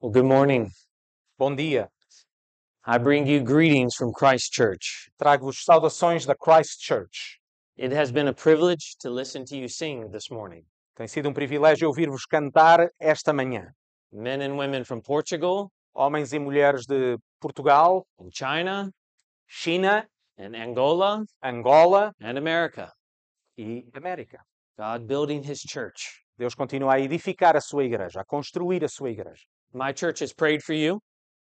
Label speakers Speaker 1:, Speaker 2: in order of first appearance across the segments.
Speaker 1: Well, good morning.
Speaker 2: Bom dia.
Speaker 1: I bring you greetings from Christ Church.
Speaker 2: Trago-vos saudações da Christ Church.
Speaker 1: It has been a privilege to listen to you sing this morning.
Speaker 2: Tem sido um privilégio ouvir-vos cantar esta manhã.
Speaker 1: Men and women from Portugal
Speaker 2: Homens e mulheres de Portugal,
Speaker 1: and China
Speaker 2: China,
Speaker 1: and Angola
Speaker 2: Angola
Speaker 1: and America.
Speaker 2: e América.
Speaker 1: God building his church.
Speaker 2: Deus continua a edificar a sua igreja, a construir a sua igreja.
Speaker 1: My church has prayed for you,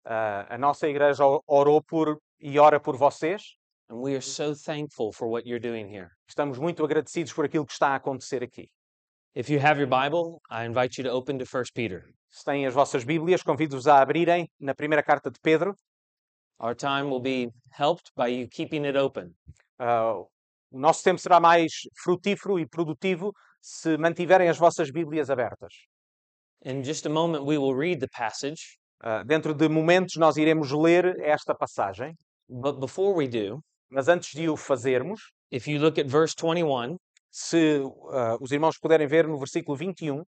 Speaker 2: Ah, a nossa igreja o- orou por e ora por vocês.
Speaker 1: and we are so thankful for what you're doing here.
Speaker 2: Estamos muito agradecidos por aquilo que está a acontecer aqui.
Speaker 1: If you have your Bible, I invite you to open to 1 Peter.
Speaker 2: Se têm as vossas Bíblias, convido-vos a abrirem na primeira carta de Pedro.
Speaker 1: Our time will be helped by you keeping it open.
Speaker 2: Ah, o nosso tempo será mais frutífero e produtivo se mantiverem as vossas Bíblias abertas.
Speaker 1: In just a moment, we will read the passage,
Speaker 2: Ah, dentro de momentos, nós iremos ler esta passagem,
Speaker 1: but before we do,
Speaker 2: mas antes de o fazermos,
Speaker 1: if you look at verse 21,
Speaker 2: se ah, os irmãos puderem ver no versículo 21,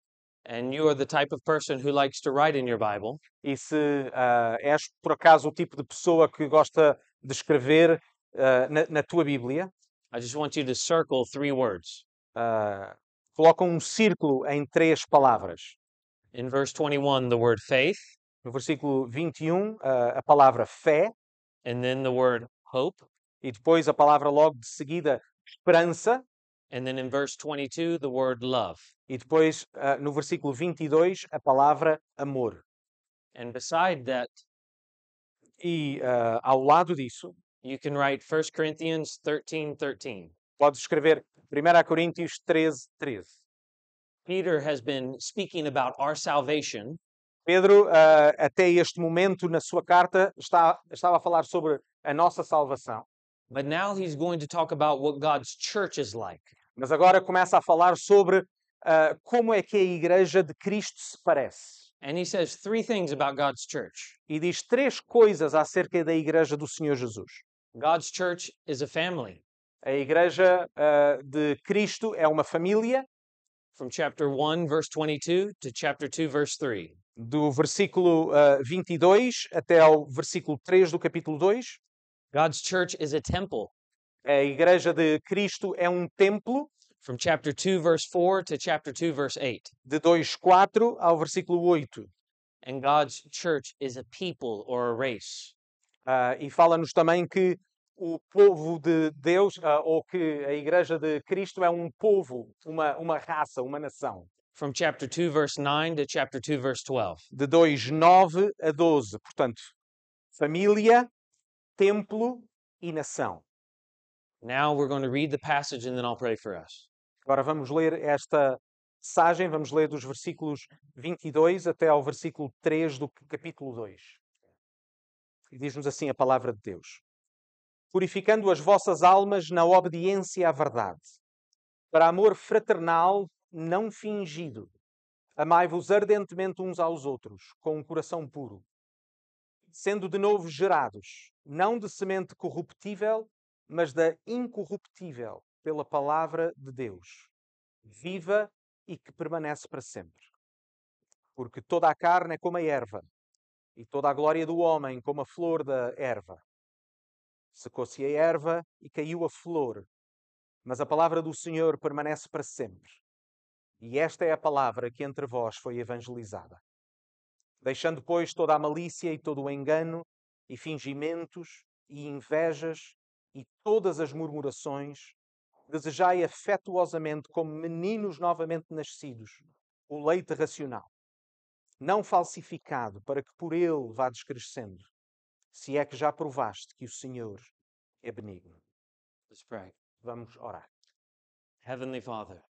Speaker 1: and you are the type of person who likes to write in your Bible,
Speaker 2: e se ah, és por acaso o tipo de pessoa que gosta de escrever ah, na, na tua Bíblia,
Speaker 1: I just want you to circle three words.
Speaker 2: ah, coloca um círculo em três palavras.
Speaker 1: In verse 21, the word faith,
Speaker 2: No versículo 21, ah, a palavra fé,
Speaker 1: and then the word hope,
Speaker 2: e depois a palavra logo de seguida, esperança,
Speaker 1: and then in verse 22, the word love.
Speaker 2: E depois, ah, no versículo 22, a palavra amor.
Speaker 1: And beside that,
Speaker 2: E ah, ao lado disso,
Speaker 1: you can write 1 Corinthians 13 13.
Speaker 2: podes escrever 1 Coríntios 13, 13.
Speaker 1: Peter has been speaking about our salvation,
Speaker 2: Pedro, ah, até este momento na sua carta, está, estava a falar sobre a nossa salvação.
Speaker 1: but now he's going to talk about what God's church is like.
Speaker 2: Mas agora começa a falar sobre ah, como é que a Igreja de Cristo se parece.
Speaker 1: And he says three things about God's church
Speaker 2: E diz três coisas acerca da Igreja do Senhor Jesus.
Speaker 1: God's church is a family.
Speaker 2: A Igreja ah, de Cristo é uma família,
Speaker 1: from chapter 1, verse 22 to chapter 2, verse 3.
Speaker 2: do versículo ah, 22 até ao versículo 3 do capítulo 2.
Speaker 1: God's church is a temple
Speaker 2: A Igreja de Cristo é um templo,
Speaker 1: from chapter 2, verse 4 to chapter 2, verse 8.
Speaker 2: de 2,4 ao versículo 8.
Speaker 1: And God's church is a people or a race
Speaker 2: Ah, e fala-nos também que o povo de Deus, ah, ou que a Igreja de Cristo é um povo, uma, uma raça, uma nação.
Speaker 1: from chapter 2, verse 9 to chapter 2, verse 12.
Speaker 2: De 2,9 a 12. Portanto, família, templo e nação.
Speaker 1: Now we're going to read the passage and then I'll pray for us.
Speaker 2: Agora vamos ler esta passagem, vamos ler dos versículos 22 até ao versículo 3 do capítulo 2. E diz-nos assim a palavra de Deus: Purificando as vossas almas na obediência à verdade, para amor fraternal não fingido, amai-vos ardentemente uns aos outros, com um coração puro, sendo de novo gerados, não de semente corruptível, mas da incorruptível, pela palavra de Deus, viva e que permanece para sempre. Porque toda a carne é como a erva, e toda a glória do homem como a flor da erva. Secou-se a erva e caiu a flor, mas a palavra do Senhor permanece para sempre. E esta é a palavra que entre vós foi evangelizada. Deixando, pois, toda a malícia e todo o engano, e fingimentos, e invejas, e todas as murmurações, desejai afetuosamente, como meninos novamente nascidos, o leite racional, não falsificado, para que por ele vades crescendo, se é que já provaste que o Senhor é benigno.
Speaker 1: Let's pray.
Speaker 2: Vamos orar.
Speaker 1: Heavenly Father,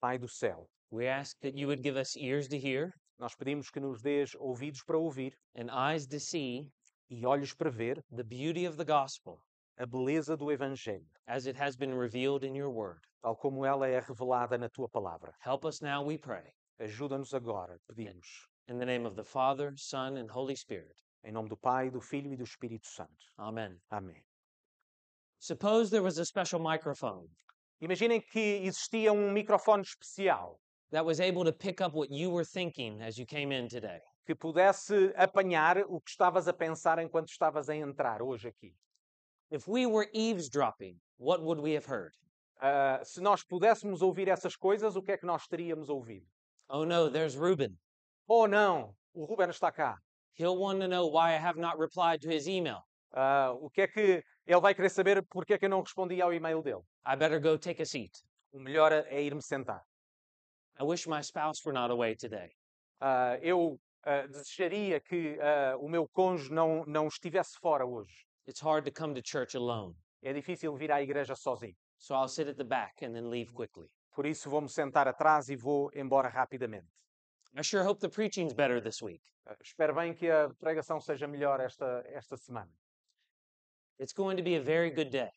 Speaker 2: Pai do céu,
Speaker 1: we ask that you would give us ears to hear
Speaker 2: nós pedimos que nos dês ouvidos para ouvir
Speaker 1: and eyes to see
Speaker 2: e olhos para ver
Speaker 1: the beauty of the gospel
Speaker 2: a beleza do Evangelho,
Speaker 1: as it has been revealed in your word.
Speaker 2: tal como ela é revelada na tua palavra.
Speaker 1: Help us now, we pray.
Speaker 2: Ajuda-nos agora, pedimos,
Speaker 1: In the name of the Father, Son, and Holy Spirit.
Speaker 2: em nome do Pai, do Filho e do Espírito Santo.
Speaker 1: Amen.
Speaker 2: Amém.
Speaker 1: Suppose there was a special microphone
Speaker 2: Imaginem que existia um microfone especial
Speaker 1: that was able to pick up what you were thinking as you came in today.
Speaker 2: que pudesse apanhar o que estavas a pensar enquanto estavas a entrar hoje aqui.
Speaker 1: If we were eavesdropping, what would we have heard?
Speaker 2: Ah, se nós pudéssemos ouvir essas coisas, o que é que nós teríamos ouvido?
Speaker 1: Oh no, there's Reuben.
Speaker 2: Oh, não, o Ruben está cá.
Speaker 1: He'll want to know why I have not replied to his email.
Speaker 2: Ah, o que é que ele vai querer saber porque é que eu não respondi ao e-mail dele?
Speaker 1: I better go take a seat.
Speaker 2: O melhor é é ir-me sentar.
Speaker 1: I wish my spouse were not away today.
Speaker 2: Ah, eu ah, desejaria que ah, o meu cônjuge não, não estivesse fora hoje.
Speaker 1: It's hard to come to church alone.
Speaker 2: É difícil vir à igreja sozinho.
Speaker 1: So I'll sit at the back and then leave quickly.
Speaker 2: Por isso vou-me sentar atrás e vou embora rapidamente.
Speaker 1: I sure hope the preaching's better this week.
Speaker 2: Ah, espero bem que a pregação seja melhor esta, esta semana.
Speaker 1: It's going to be a very good day.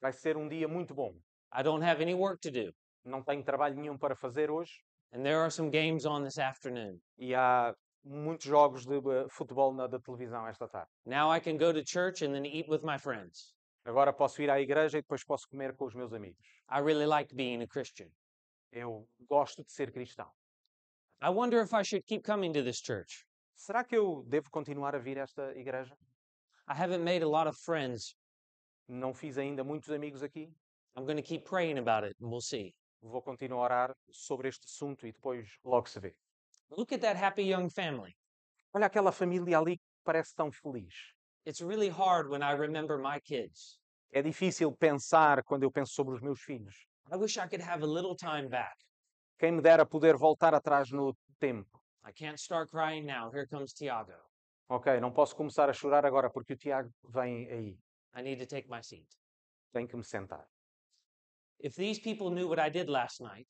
Speaker 2: Vai ser um dia muito bom.
Speaker 1: I don't have any work to do,
Speaker 2: Não tenho trabalho nenhum para fazer hoje
Speaker 1: and there are some games on this afternoon.
Speaker 2: e há muitos jogos de eh, futebol na da televisão esta tarde.
Speaker 1: Now I can go to church and then eat with my friends.
Speaker 2: Agora posso ir à igreja e depois posso comer com os meus amigos.
Speaker 1: I really like being a Christian.
Speaker 2: Eu gosto de ser cristão.
Speaker 1: I wonder if I should keep coming to this church.
Speaker 2: Será que eu devo continuar a vir a esta igreja?
Speaker 1: I haven't made a lot of friends.
Speaker 2: Não fiz ainda muitos amigos aqui.
Speaker 1: I'm going to keep praying about it and we'll see.
Speaker 2: Vou continuar a orar sobre este assunto e depois logo se vê.
Speaker 1: Look at that happy young family.
Speaker 2: Olha aquela família ali que parece tão feliz.
Speaker 1: It's really hard when I remember my kids.
Speaker 2: É difícil pensar quando eu penso sobre os meus filhos.
Speaker 1: I wish I could have a little time back.
Speaker 2: Quem me dera poder voltar atrás no tempo.
Speaker 1: I can't start crying now. Here comes Tiago.
Speaker 2: Ok, não posso começar a chorar agora porque o Tiago vem aí.
Speaker 1: I need to take my seat.
Speaker 2: Tenho que me sentar.
Speaker 1: If these people knew what I did last night,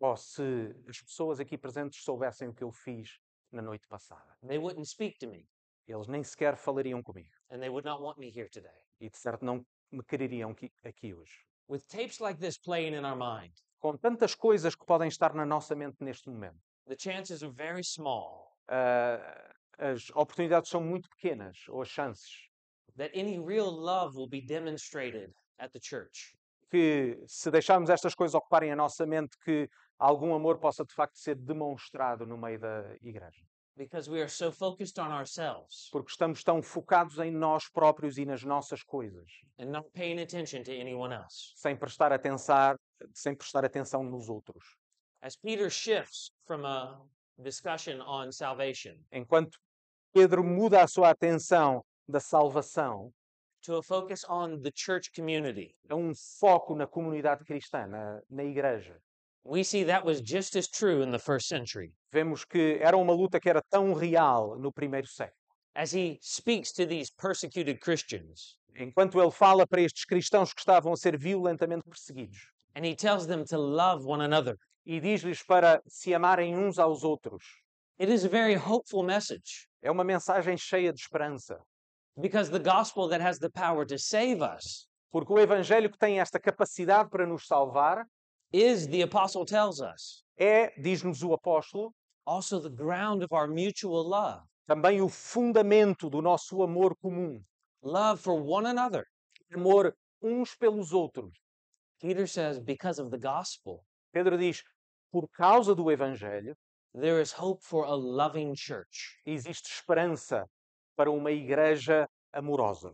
Speaker 2: Oh, se as pessoas aqui presentes soubessem o que eu fiz na noite passada,
Speaker 1: they wouldn't speak to me
Speaker 2: eles nem sequer falariam comigo
Speaker 1: and they would not want me here today.
Speaker 2: e de certo não me quereriam qui- aqui hoje.
Speaker 1: With tapes like this playing in our mind,
Speaker 2: Com tantas coisas que podem estar na nossa mente neste momento,
Speaker 1: the chances are very small
Speaker 2: ah, as oportunidades são muito pequenas, ou as chances,
Speaker 1: that any real love will be demonstrated at the church.
Speaker 2: que se deixarmos estas coisas ocuparem a nossa mente, que algum amor possa de facto ser demonstrado no meio da igreja.
Speaker 1: because we are so focused on ourselves
Speaker 2: Porque estamos tão focados em nós próprios e nas nossas coisas,
Speaker 1: and not paying attention to anyone else.
Speaker 2: sem prestar, atenção, sem prestar atenção nos outros.
Speaker 1: As Peter shifts from a discussion on salvation
Speaker 2: enquanto Pedro muda a sua atenção da salvação
Speaker 1: to a focus on the church community,
Speaker 2: a um foco na comunidade cristã, na, na igreja.
Speaker 1: we see that was just as true in the first century.
Speaker 2: Vemos que era uma luta que era tão real no primeiro século.
Speaker 1: As he speaks to these persecuted Christians
Speaker 2: Enquanto ele fala para estes cristãos que estavam a ser violentamente perseguidos
Speaker 1: and he tells them to love one another,
Speaker 2: e diz-lhes para se amarem uns aos outros,
Speaker 1: it is a very hopeful message
Speaker 2: é uma mensagem cheia de esperança.
Speaker 1: because the gospel that has the power to save us
Speaker 2: Porque o evangelho que tem esta capacidade para nos salvar
Speaker 1: is, the apostle tells us,
Speaker 2: é, diz-nos o apóstolo,
Speaker 1: also the ground of our mutual love.
Speaker 2: também o fundamento do nosso amor comum,
Speaker 1: love for one another.
Speaker 2: amor uns pelos outros.
Speaker 1: Peter says, because of the gospel,
Speaker 2: Pedro diz: por causa do Evangelho,
Speaker 1: there is hope for a loving church.
Speaker 2: existe esperança para uma igreja amorosa.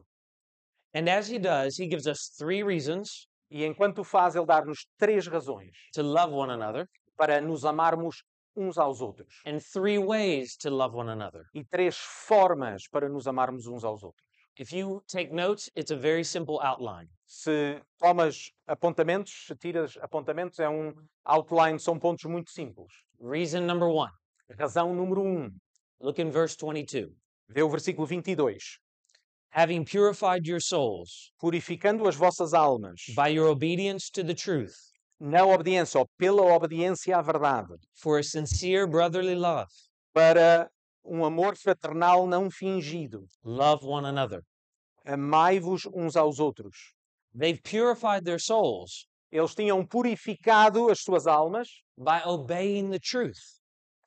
Speaker 1: And as he does, he gives us three reasons
Speaker 2: E enquanto o faz, ele dá-nos três razões
Speaker 1: to love one another
Speaker 2: para nos amarmos uns aos outros
Speaker 1: and three ways to love one another.
Speaker 2: e três formas para nos amarmos uns aos outros.
Speaker 1: If you take notes, it's a very simple outline.
Speaker 2: Se tomas apontamentos, se tiras apontamentos, é um outline, são pontos muito simples.
Speaker 1: Reason number one
Speaker 2: Razão número um,
Speaker 1: look in verse 22.
Speaker 2: vê o versículo 22.
Speaker 1: Having purified your souls
Speaker 2: Purificando as vossas almas
Speaker 1: by your obedience to the truth
Speaker 2: na obediência ou pela obediência à verdade.
Speaker 1: for a sincere brotherly love,
Speaker 2: para um amor fraternal não fingido.
Speaker 1: love one another.
Speaker 2: Amai-vos uns aos outros.
Speaker 1: They've purified their souls
Speaker 2: Eles tinham purificado as suas almas
Speaker 1: by obeying the truth.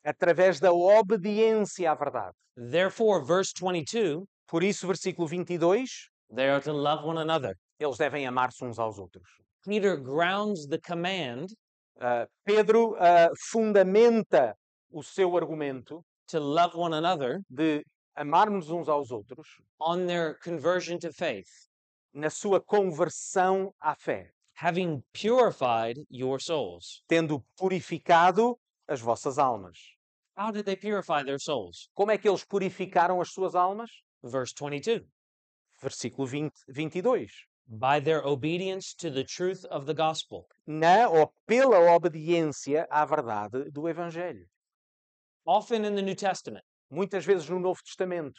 Speaker 2: através da obediência à verdade.
Speaker 1: Therefore, verse 22,
Speaker 2: Por isso, versículo 22,
Speaker 1: they are to love one another.
Speaker 2: eles devem amar-se uns aos outros.
Speaker 1: Peter grounds the command
Speaker 2: Ah, Pedro ah, fundamenta o seu argumento
Speaker 1: to love one another
Speaker 2: de amarmos uns aos outros
Speaker 1: on their conversion to faith,
Speaker 2: na sua conversão à fé,
Speaker 1: having purified your souls.
Speaker 2: tendo purificado as vossas almas.
Speaker 1: How did they purify their souls?
Speaker 2: Como é que eles purificaram as suas almas?
Speaker 1: Verse 22
Speaker 2: Versículo 20, 22.
Speaker 1: by their obedience to the truth of the gospel.
Speaker 2: Na ou pela obediência à verdade do Evangelho.
Speaker 1: Often in the New Testament,
Speaker 2: Muitas vezes no Novo Testamento,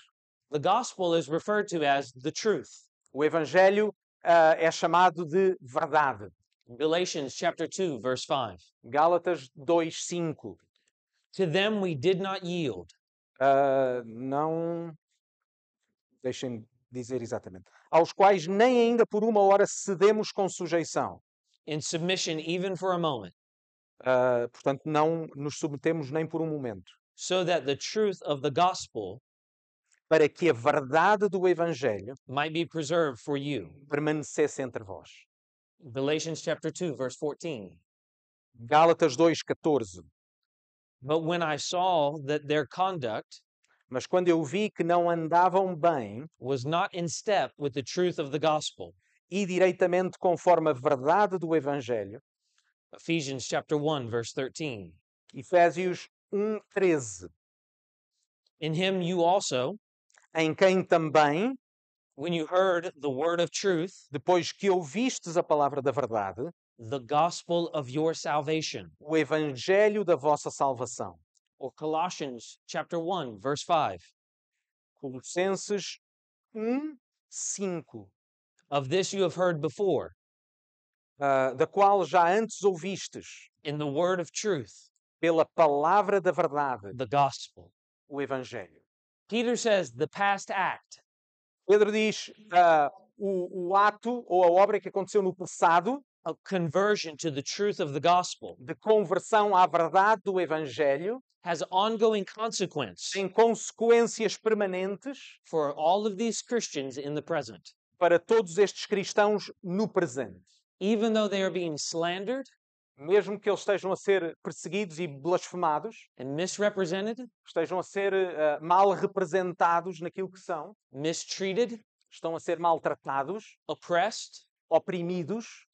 Speaker 1: the gospel is referred to as the truth.
Speaker 2: o Evangelho ah, é chamado de verdade.
Speaker 1: Galatians chapter 2 verse 5.
Speaker 2: Gálatas 2:5.
Speaker 1: To them we did not yield
Speaker 2: Ah, não. Deixem-me dizer exatamente. Aos quais nem ainda por uma hora cedemos com sujeição.
Speaker 1: in submission even for a moment,
Speaker 2: Ah, portanto, não nos submetemos nem por um momento.
Speaker 1: so that the truth of the gospel
Speaker 2: Para que a verdade do Evangelho
Speaker 1: might be preserved for you.
Speaker 2: permanecesse entre vós.
Speaker 1: Galatians chapter 2 verse 14.
Speaker 2: Gálatas 2,14.
Speaker 1: But when I saw that their conduct
Speaker 2: Mas quando eu vi que não andavam bem
Speaker 1: was not in step with the truth of the gospel.
Speaker 2: e direitamente conforme a verdade do Evangelho,
Speaker 1: Ephesians chapter 1 verse 13.
Speaker 2: Efésios 1,13.
Speaker 1: In him you also
Speaker 2: Em quem também
Speaker 1: when you heard the word of truth,
Speaker 2: depois que ouvistes a palavra da verdade,
Speaker 1: the gospel of your salvation.
Speaker 2: o evangelho da vossa salvação.
Speaker 1: Or Colossians chapter 1, verse 5.
Speaker 2: Colossenses 1, 5,
Speaker 1: Of this you have heard before
Speaker 2: ah, da qual já antes ouvistes,
Speaker 1: in the word of truth,
Speaker 2: pela palavra da verdade,
Speaker 1: the gospel.
Speaker 2: o evangelho.
Speaker 1: Peter says the past act
Speaker 2: Pedro diz ah, o, o ato ou a obra que aconteceu no passado
Speaker 1: of conversion to the truth of the gospel
Speaker 2: de conversão à verdade do evangelho
Speaker 1: has ongoing consequence
Speaker 2: tem consequências permanentes
Speaker 1: for all of these Christians in the present.
Speaker 2: para todos estes cristãos no presente.
Speaker 1: Even though they are being slandered
Speaker 2: Mesmo que eles estejam a ser perseguidos e blasfemados,
Speaker 1: and misrepresented,
Speaker 2: estejam a ser eh, mal representados naquilo que são,
Speaker 1: mistreated,
Speaker 2: estão a ser maltratados,
Speaker 1: oppressed,
Speaker 2: oprimidos,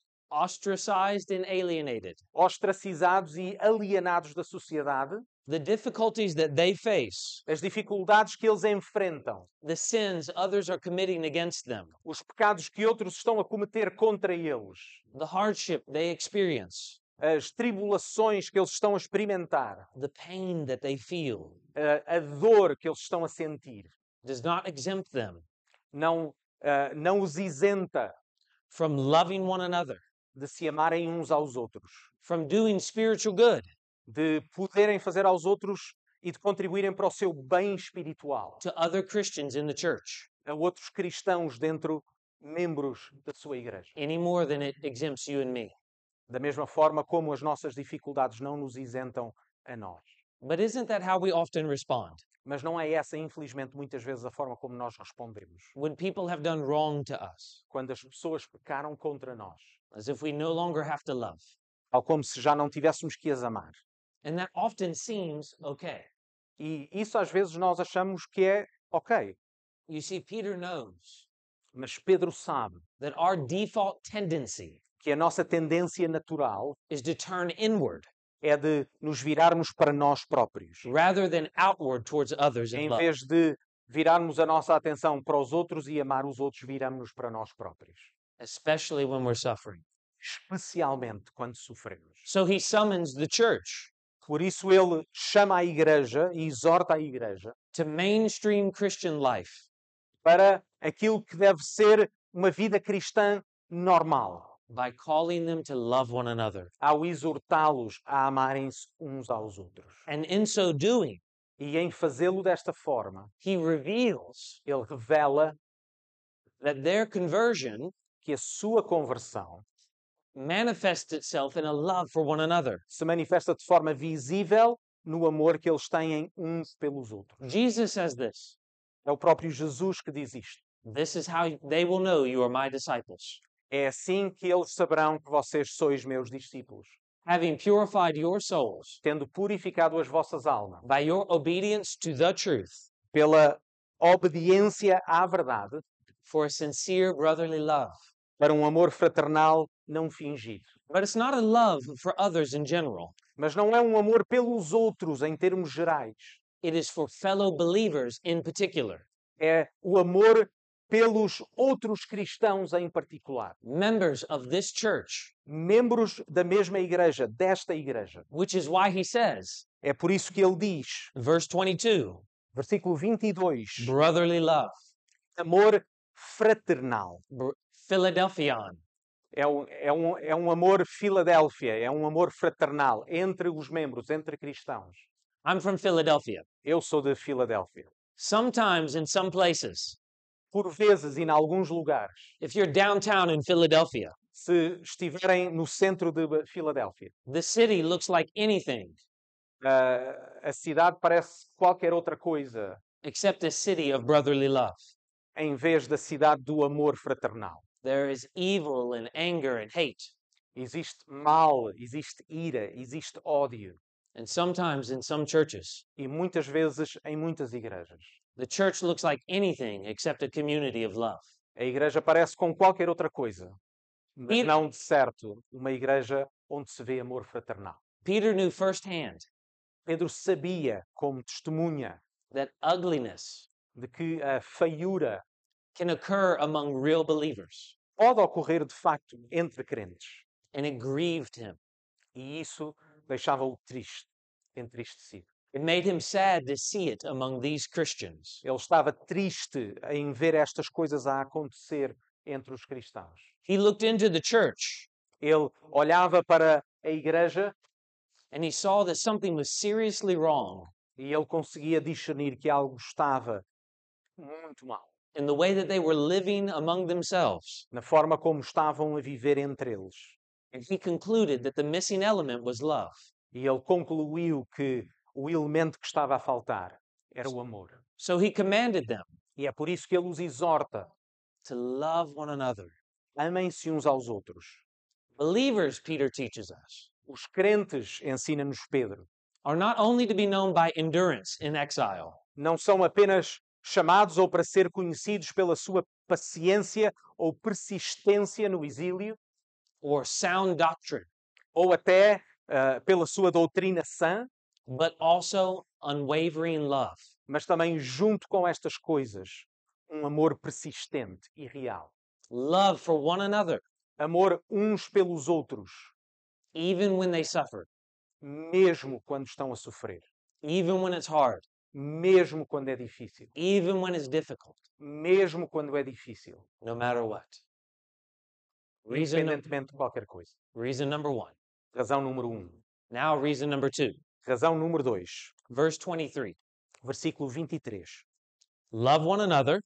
Speaker 1: ostracized, and alienated.
Speaker 2: ostracizados e alienados da sociedade,
Speaker 1: The difficulties that they face,
Speaker 2: as dificuldades que eles enfrentam,
Speaker 1: the sins others are committing against them,
Speaker 2: os pecados que outros estão a cometer contra eles,
Speaker 1: the hardship they experience,
Speaker 2: as tribulações que eles estão a experimentar,
Speaker 1: the pain that they feel
Speaker 2: eh, a dor que eles estão a sentir,
Speaker 1: does not exempt them
Speaker 2: não, eh, não os isenta
Speaker 1: from loving one another,
Speaker 2: de se amarem uns aos outros,
Speaker 1: from doing spiritual good,
Speaker 2: de poderem fazer aos outros e de contribuírem para o seu bem espiritual.
Speaker 1: to other Christians in the church
Speaker 2: a outros cristãos dentro, membros da sua igreja.
Speaker 1: any more than it exempts you and me.
Speaker 2: Da mesma forma como as nossas dificuldades não nos isentam a nós.
Speaker 1: But isn't that how we often respond
Speaker 2: Mas não é essa, infelizmente, muitas vezes a forma como nós respondemos.
Speaker 1: when people have done wrong to us,
Speaker 2: Quando as pessoas pecaram contra nós,
Speaker 1: as if we no longer have to love?
Speaker 2: tal como se já não tivéssemos que as amar.
Speaker 1: And that often seems okay.
Speaker 2: E isso às vezes nós achamos que é ok.
Speaker 1: You see, Peter knows
Speaker 2: Mas Pedro sabe
Speaker 1: that our default tendency
Speaker 2: que a nossa tendência natural
Speaker 1: is to turn inward
Speaker 2: é de nos virarmos para nós próprios,
Speaker 1: rather than outward towards others in
Speaker 2: em
Speaker 1: love.
Speaker 2: vez de virarmos a nossa atenção para os outros e amar os outros, viramos-nos para nós próprios.
Speaker 1: especially when we're suffering.
Speaker 2: especialmente quando sofremos.
Speaker 1: So he summons the church
Speaker 2: Por isso ele chama a igreja e exorta a igreja
Speaker 1: to mainstream Christian life,
Speaker 2: para aquilo que deve ser uma vida cristã normal,
Speaker 1: by calling them to love one another.
Speaker 2: ao exortá-los a amarem-se uns aos outros.
Speaker 1: And in so doing,
Speaker 2: E em fazê-lo desta forma,
Speaker 1: he reveals
Speaker 2: ele revela
Speaker 1: that their conversion
Speaker 2: que a sua conversão
Speaker 1: manifests itself in a love for one another.
Speaker 2: se manifesta de forma visível no amor que eles têm uns pelos outros.
Speaker 1: Jesus says this
Speaker 2: É o próprio Jesus que diz isto.
Speaker 1: This is how they will know you are my disciples,
Speaker 2: É assim que eles saberão que vocês sois meus discípulos,
Speaker 1: having purified your souls
Speaker 2: tendo purificado as vossas almas
Speaker 1: by your obedience to the truth
Speaker 2: pela obediência à verdade,
Speaker 1: for a sincere brotherly love.
Speaker 2: para um amor fraternal não fingido.
Speaker 1: But it's not a love for others in general,
Speaker 2: Mas não é um amor pelos outros em termos gerais.
Speaker 1: it is for fellow believers in particular,
Speaker 2: É o amor pelos outros cristãos em particular,
Speaker 1: members of this church,
Speaker 2: membros da mesma igreja, desta igreja.
Speaker 1: which is why he says,
Speaker 2: É por isso que ele diz,
Speaker 1: verse 22,
Speaker 2: versículo 22,
Speaker 1: brotherly love,
Speaker 2: amor fraternal.
Speaker 1: br- Philadelphian,
Speaker 2: É um, é, um, é um amor Filadélfia, é um amor fraternal entre os membros, entre cristãos.
Speaker 1: I'm from Philadelphia.
Speaker 2: Eu sou de Filadélfia.
Speaker 1: Sometimes in some places,
Speaker 2: Por vezes, e em alguns lugares,
Speaker 1: if you're downtown in Philadelphia,
Speaker 2: se estiverem no centro de Ba- Filadélfia,
Speaker 1: the city looks like anything
Speaker 2: ah, a cidade parece qualquer outra coisa
Speaker 1: except a city of brotherly love.
Speaker 2: em vez da cidade do amor fraternal.
Speaker 1: There is evil and anger and hate.
Speaker 2: Existe mal, existe ira, existe ódio.
Speaker 1: And sometimes in some churches,
Speaker 2: E muitas vezes em muitas igrejas.
Speaker 1: the church looks like anything except a community of love.
Speaker 2: A igreja parece com qualquer outra coisa, mas
Speaker 1: Ir-
Speaker 2: não de certo uma igreja onde se vê amor fraternal.
Speaker 1: Peter knew firsthand
Speaker 2: Pedro sabia, como testemunha,
Speaker 1: that ugliness
Speaker 2: de que a feiura
Speaker 1: can occur among real believers,
Speaker 2: pode ocorrer de facto entre crentes.
Speaker 1: and it grieved him.
Speaker 2: E isso deixava-o triste, entristecido.
Speaker 1: It made him sad to see it among these Christians.
Speaker 2: Ele estava triste em ver estas coisas a acontecer entre os cristãos.
Speaker 1: He looked into the church
Speaker 2: Ele olhava para a igreja
Speaker 1: and he saw that something was seriously wrong
Speaker 2: e ele conseguia discernir que algo estava muito mal.
Speaker 1: in the way that they were living among themselves.
Speaker 2: na forma como estavam a viver entre eles.
Speaker 1: And he concluded that the missing element was love.
Speaker 2: E ele concluiu que o elemento que estava a faltar era o amor.
Speaker 1: So he commanded them
Speaker 2: E é por isso que ele os exorta:
Speaker 1: to love one another.
Speaker 2: amem-se uns aos outros.
Speaker 1: Believers, Peter teaches us,
Speaker 2: Os crentes, ensina-nos Pedro,
Speaker 1: are not only to be known by endurance in exile,
Speaker 2: não são apenas chamados ou para ser conhecidos pela sua paciência ou persistência no exílio,
Speaker 1: or sound doctrine,
Speaker 2: ou até ah, pela sua doutrina sã,
Speaker 1: but also unwavering love.
Speaker 2: mas também, junto com estas coisas, um amor persistente e real.
Speaker 1: Love for one another,
Speaker 2: amor uns pelos outros,
Speaker 1: even when they suffer,
Speaker 2: mesmo quando estão a sofrer,
Speaker 1: even when it's hard,
Speaker 2: mesmo quando é difícil,
Speaker 1: even when it's difficult,
Speaker 2: mesmo quando é difícil,
Speaker 1: no matter what. Reason, num-
Speaker 2: independentemente de qualquer coisa.
Speaker 1: reason number one.
Speaker 2: Razão número um.
Speaker 1: Now, reason number two,
Speaker 2: Razão número dois,
Speaker 1: verse 23.
Speaker 2: versículo 23.
Speaker 1: Love one another,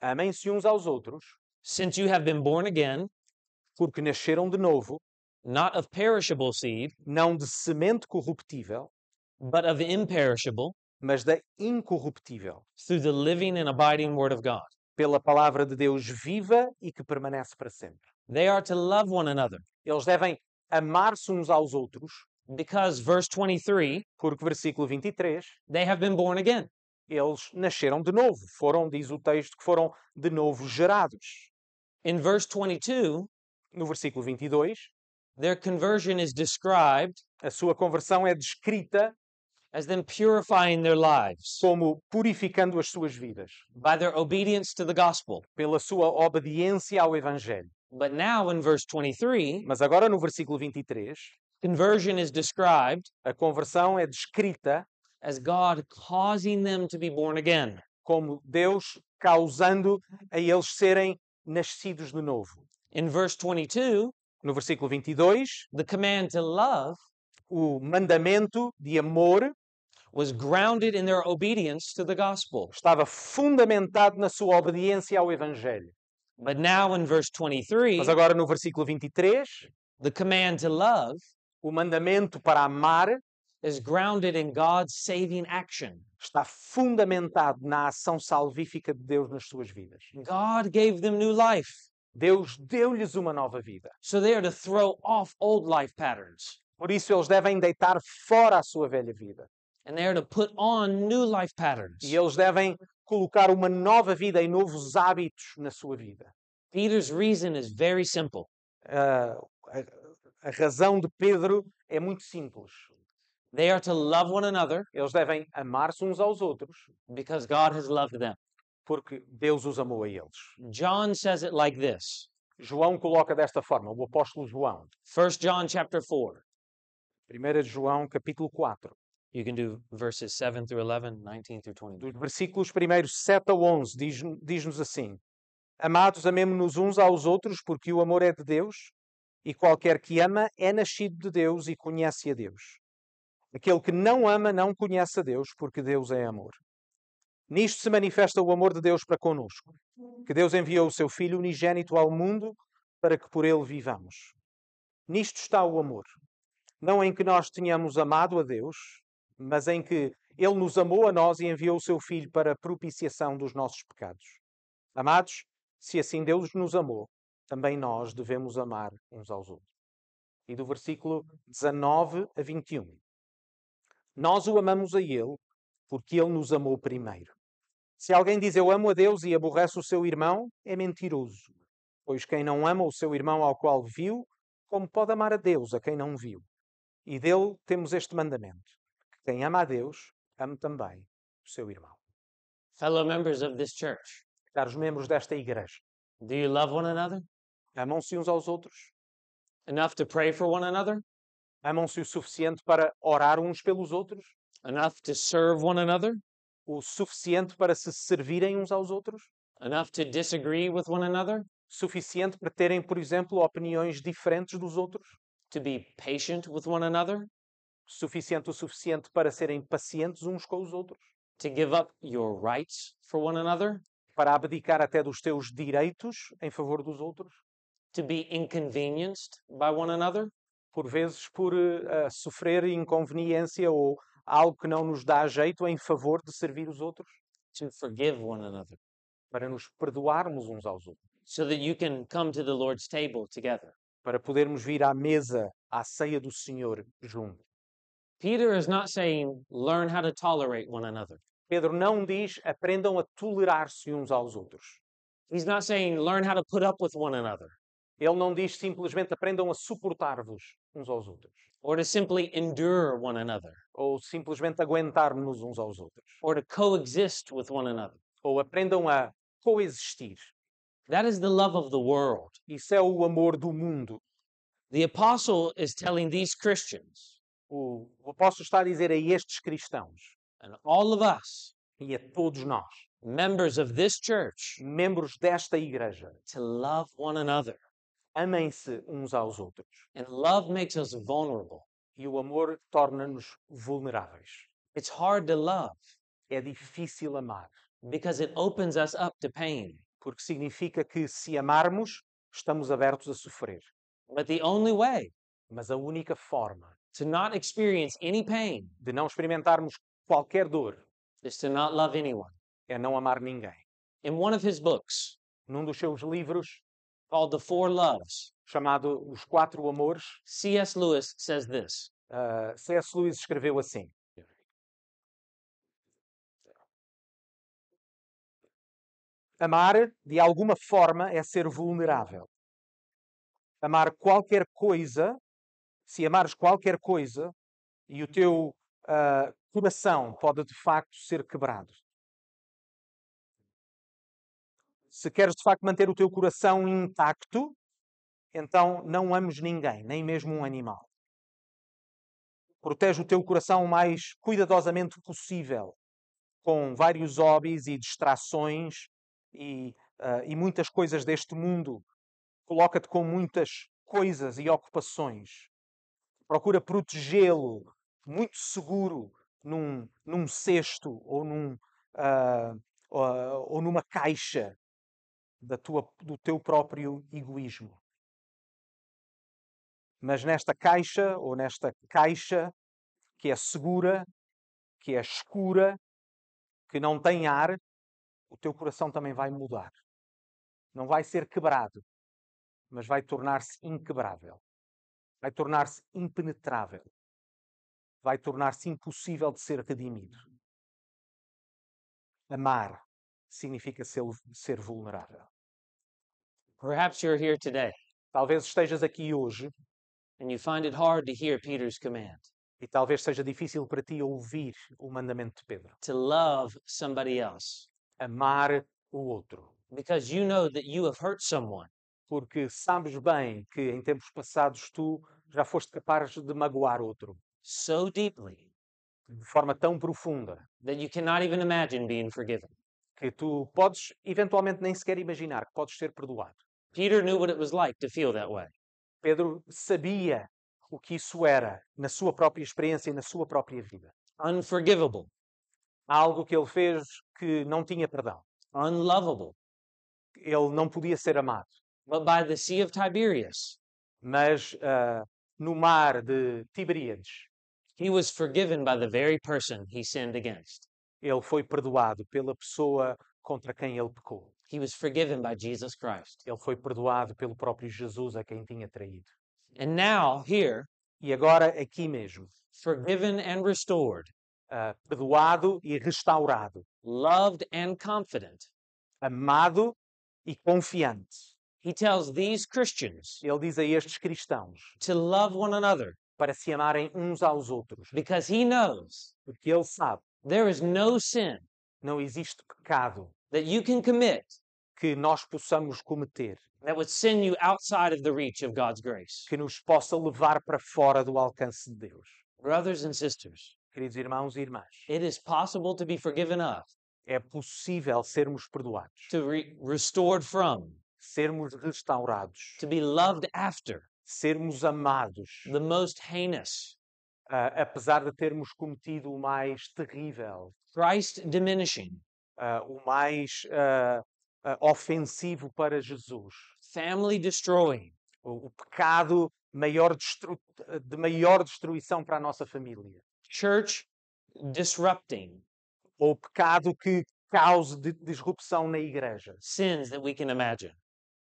Speaker 2: Amem-se uns aos outros,
Speaker 1: since you have been born again,
Speaker 2: porque nasceram de novo,
Speaker 1: not of perishable seed,
Speaker 2: não de semente corruptível,
Speaker 1: but of imperishable,
Speaker 2: mas da incorruptível,
Speaker 1: through the living and abiding word of God.
Speaker 2: pela palavra de Deus viva e que permanece para sempre.
Speaker 1: They are to love one another
Speaker 2: Eles devem amar-se uns aos outros,
Speaker 1: because, verse 23,
Speaker 2: porque versículo 23
Speaker 1: they have been born again.
Speaker 2: eles nasceram de novo, foram, diz o texto, que foram de novo gerados.
Speaker 1: In verse 22,
Speaker 2: No versículo 22,
Speaker 1: their conversion is described
Speaker 2: a sua conversão é descrita
Speaker 1: as them purifying their lives
Speaker 2: como purificando as suas vidas,
Speaker 1: by their obedience to the gospel.
Speaker 2: pela sua obediência ao Evangelho.
Speaker 1: But now in verse 23,
Speaker 2: Mas agora no versículo 23,
Speaker 1: conversion is described
Speaker 2: a conversão é descrita
Speaker 1: as God causing them to be born again.
Speaker 2: como Deus causando a eles serem nascidos de novo.
Speaker 1: In verse 22,
Speaker 2: No versículo 22,
Speaker 1: the command to love
Speaker 2: o mandamento de amor
Speaker 1: was grounded in their obedience to the gospel.
Speaker 2: estava fundamentado na sua obediência ao Evangelho.
Speaker 1: But now in verse 23,
Speaker 2: Mas agora no versículo 23,
Speaker 1: the command to love
Speaker 2: O mandamento para amar
Speaker 1: is grounded in God's saving action.
Speaker 2: está fundamentado na ação salvífica de Deus nas suas vidas.
Speaker 1: God gave them new life,
Speaker 2: Deus deu-lhes uma nova vida.
Speaker 1: so they are to throw off old life patterns
Speaker 2: Por isso eles devem deitar fora a sua velha vida.
Speaker 1: and they are to put on new life patterns.
Speaker 2: E eles devem colocar uma nova vida e novos hábitos na sua vida.
Speaker 1: Peter's reason is very simple.
Speaker 2: Ah, a, a razão de Pedro é muito simples.
Speaker 1: They are to love one another
Speaker 2: Eles devem amar-se uns aos outros
Speaker 1: because God has loved them.
Speaker 2: porque Deus os amou a eles.
Speaker 1: John says it like this.
Speaker 2: João coloca desta forma, o apóstolo João,
Speaker 1: 1 John chapter 4.
Speaker 2: 1 João capítulo 4,
Speaker 1: You can do verses 7 through 11, 19 through 22.
Speaker 2: dos versículos primeiros 7 a 11, diz- diz-nos assim: Amados, amemo-nos uns aos outros, porque o amor é de Deus, e qualquer que ama é nascido de Deus e conhece a Deus. Aquele que não ama não conhece a Deus, porque Deus é amor. Nisto se manifesta o amor de Deus para conosco, que Deus enviou o seu Filho unigênito ao mundo para que por ele vivamos. Nisto está o amor, não em que nós tenhamos amado a Deus, mas em que ele nos amou a nós e enviou o seu Filho para a propiciação dos nossos pecados. Amados, se assim Deus nos amou, também nós devemos amar uns aos outros. E do versículo 19 a 21. Nós o amamos a Ele porque Ele nos amou primeiro. Se alguém diz eu amo a Deus e aborrece o seu irmão, é mentiroso. Pois quem não ama o seu irmão ao qual viu, como pode amar a Deus a quem não viu? E dele temos este mandamento: que quem ama a Deus, ame também o seu irmão.
Speaker 1: Fellow members of this church,
Speaker 2: Caros membros desta igreja,
Speaker 1: do you love one another
Speaker 2: amam-se uns aos outros?
Speaker 1: enough to pray for one another,
Speaker 2: Amam-se o suficiente para orar uns pelos outros?
Speaker 1: enough to serve one another,
Speaker 2: O suficiente para se servirem uns aos outros?
Speaker 1: enough to disagree with one another,
Speaker 2: Suficiente para terem, por exemplo, opiniões diferentes dos outros?
Speaker 1: to be patient with one another,
Speaker 2: Suficiente o suficiente para serem pacientes uns com os outros?
Speaker 1: to give up your rights for one another,
Speaker 2: Para abdicar até dos teus direitos em favor dos outros?
Speaker 1: to be inconvenienced by one another,
Speaker 2: Por vezes por eh, ah, sofrer inconveniência ou algo que não nos dá jeito em favor de servir os outros?
Speaker 1: to forgive one another,
Speaker 2: Para nos perdoarmos uns aos outros?
Speaker 1: so that you can come to the Lord's table together.
Speaker 2: para podermos vir à mesa, à ceia do Senhor juntos.
Speaker 1: Peter is not saying learn how to tolerate one another.
Speaker 2: Pedro não diz aprendam a tolerar-se uns aos outros.
Speaker 1: He's not saying learn how to put up with one another
Speaker 2: Ele não diz simplesmente aprendam a suportar-vos uns aos outros,
Speaker 1: or to simply endure one another
Speaker 2: ou simplesmente aguentar-nos uns aos outros,
Speaker 1: or to coexist with one another.
Speaker 2: ou aprendam a coexistir.
Speaker 1: That is the love of the world.
Speaker 2: Isso é o amor do mundo.
Speaker 1: The apostle is telling these Christians
Speaker 2: O, o apóstolo está a dizer a estes cristãos
Speaker 1: and all of us,
Speaker 2: e a todos nós,
Speaker 1: members of this church,
Speaker 2: membros desta igreja,
Speaker 1: to love one another.
Speaker 2: amem-se uns aos outros.
Speaker 1: And love makes us vulnerable.
Speaker 2: E o amor torna-nos vulneráveis.
Speaker 1: It's hard to love
Speaker 2: É difícil amar.
Speaker 1: because it opens us up to pain.
Speaker 2: porque significa que se amarmos, estamos abertos a sofrer.
Speaker 1: But the only way
Speaker 2: Mas a única forma
Speaker 1: to not experience any pain
Speaker 2: de não experimentarmos qualquer dor
Speaker 1: is to not love anyone.
Speaker 2: é não amar ninguém.
Speaker 1: In one of his books
Speaker 2: Num dos seus livros,
Speaker 1: called The Four Loves,
Speaker 2: chamado Os Quatro Amores,
Speaker 1: C.S. Lewis says this
Speaker 2: ah, C.S. Lewis escreveu assim: Amar, de alguma forma, é ser vulnerável. Amar qualquer coisa, se amares qualquer coisa, e o teu ah, coração pode de facto ser quebrado. Se queres de facto manter o teu coração intacto, então não ames ninguém, nem mesmo um animal. Protege o teu coração o mais cuidadosamente possível, com vários hobbies e distrações e, ah, e muitas coisas deste mundo. Coloca-te com muitas coisas e ocupações. Procura protegê-lo muito seguro num, num cesto ou, num, ah, ah, ou numa caixa da tua, do teu próprio egoísmo mas nesta caixa ou nesta caixa que é segura, que é escura, que não tem ar, o teu coração também vai mudar. Não vai ser quebrado, mas vai tornar-se inquebrável. vai tornar-se impenetrável, vai tornar-se impossível de ser redimido. Amar significa ser, ser vulnerável.
Speaker 1: Perhaps you're here today
Speaker 2: Talvez estejas aqui hoje
Speaker 1: and you find it hard to hear Peter's command
Speaker 2: e talvez seja difícil para ti ouvir o mandamento de Pedro.
Speaker 1: to love somebody else
Speaker 2: Amar o outro.
Speaker 1: because you know that you have hurt someone.
Speaker 2: Porque sabes bem que em tempos passados tu já foste capaz de magoar outro
Speaker 1: so deeply
Speaker 2: de forma tão profunda
Speaker 1: that you cannot even imagine being forgiven.
Speaker 2: que tu podes eventualmente nem sequer imaginar que podes ser perdoado.
Speaker 1: Peter knew what it was like to feel that way.
Speaker 2: Pedro sabia o que isso era na sua própria experiência e na sua própria vida.
Speaker 1: Unforgivable,
Speaker 2: Algo que ele fez que não tinha perdão.
Speaker 1: unlovable,
Speaker 2: Ele não podia ser amado.
Speaker 1: but by the Sea of Tiberias,
Speaker 2: Mas ah, no mar de Tiberíades,
Speaker 1: he was forgiven by the very person he sinned against.
Speaker 2: ele foi perdoado pela pessoa contra quem ele pecou.
Speaker 1: He was forgiven by Jesus Christ.
Speaker 2: Ele foi perdoado pelo próprio Jesus a quem tinha traído.
Speaker 1: And now, here,
Speaker 2: E agora, aqui mesmo,
Speaker 1: forgiven and restored,
Speaker 2: ah, perdoado e restaurado,
Speaker 1: loved and confident,
Speaker 2: amado e confiante.
Speaker 1: he tells these Christians
Speaker 2: Ele diz a estes cristãos
Speaker 1: to love one another
Speaker 2: para se amarem uns aos outros,
Speaker 1: because he knows
Speaker 2: porque ele sabe
Speaker 1: there is no sin
Speaker 2: não existe pecado
Speaker 1: that you can commit
Speaker 2: que nós possamos cometer
Speaker 1: that would send you outside of the reach of God's grace.
Speaker 2: que nos possa levar para fora do alcance de Deus.
Speaker 1: Brothers and sisters,
Speaker 2: Queridos irmãos e irmãs,
Speaker 1: it is possible to be forgiven of,
Speaker 2: é possível sermos perdoados,
Speaker 1: to re- restored from,
Speaker 2: sermos restaurados,
Speaker 1: to be loved after
Speaker 2: sermos amados,
Speaker 1: the most heinous,
Speaker 2: ah, apesar de termos cometido o mais terrível,
Speaker 1: Christ diminishing,
Speaker 2: ah, o mais ah, ah, ofensivo para Jesus,
Speaker 1: family destroying,
Speaker 2: o, o pecado maior destru- de maior destruição para a nossa família.
Speaker 1: church disrupting
Speaker 2: ou pecado que cause de- disrupção na igreja,
Speaker 1: sins that we can imagine.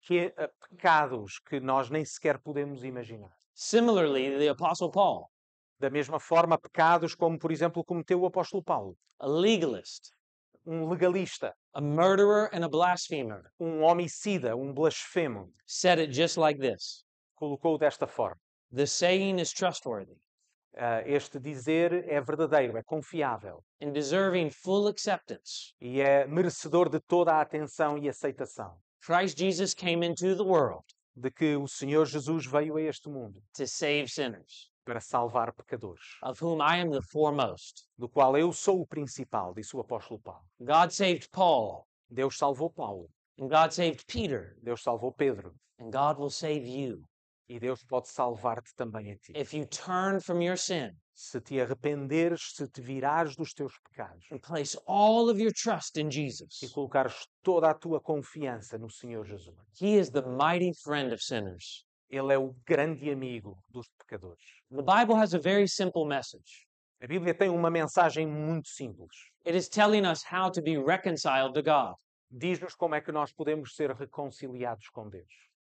Speaker 2: que é eh, pecados que nós nem sequer podemos imaginar.
Speaker 1: Similarly, the Apostle Paul,
Speaker 2: Da mesma forma, pecados como, por exemplo, cometeu o apóstolo Paulo,
Speaker 1: a legalist,
Speaker 2: um legalista,
Speaker 1: a murderer, and a blasphemer,
Speaker 2: um homicida, um blasfemo,
Speaker 1: said it just like this
Speaker 2: colocou desta forma:
Speaker 1: The saying is trustworthy
Speaker 2: "Ah, este dizer é verdadeiro, é confiável
Speaker 1: and deserving full acceptance.
Speaker 2: e é merecedor de toda a atenção e aceitação
Speaker 1: Christ Jesus came into the world
Speaker 2: de que o Senhor Jesus veio a este mundo
Speaker 1: to save sinners,
Speaker 2: para salvar pecadores,
Speaker 1: of whom I am the foremost.
Speaker 2: do qual eu sou o principal", disse o apóstolo Paulo.
Speaker 1: God saved Paul,
Speaker 2: Deus salvou Paulo.
Speaker 1: and God saved Peter,
Speaker 2: Deus salvou Pedro
Speaker 1: and God will save you
Speaker 2: e Deus pode salvar-te também a ti.
Speaker 1: if you turn from your sin
Speaker 2: Se te arrependeres, se te virares dos teus pecados
Speaker 1: and place all of your trust in
Speaker 2: e
Speaker 1: Jesus.
Speaker 2: colocares toda a tua confiança no Senhor Jesus.
Speaker 1: He is the mighty friend of sinners.
Speaker 2: Ele é o grande amigo dos pecadores.
Speaker 1: The Bible has a very simple message
Speaker 2: A Bíblia tem uma mensagem muito simples.
Speaker 1: it is telling us how to be reconciled to God.
Speaker 2: Diz-nos como é que nós podemos ser reconciliados com Deus.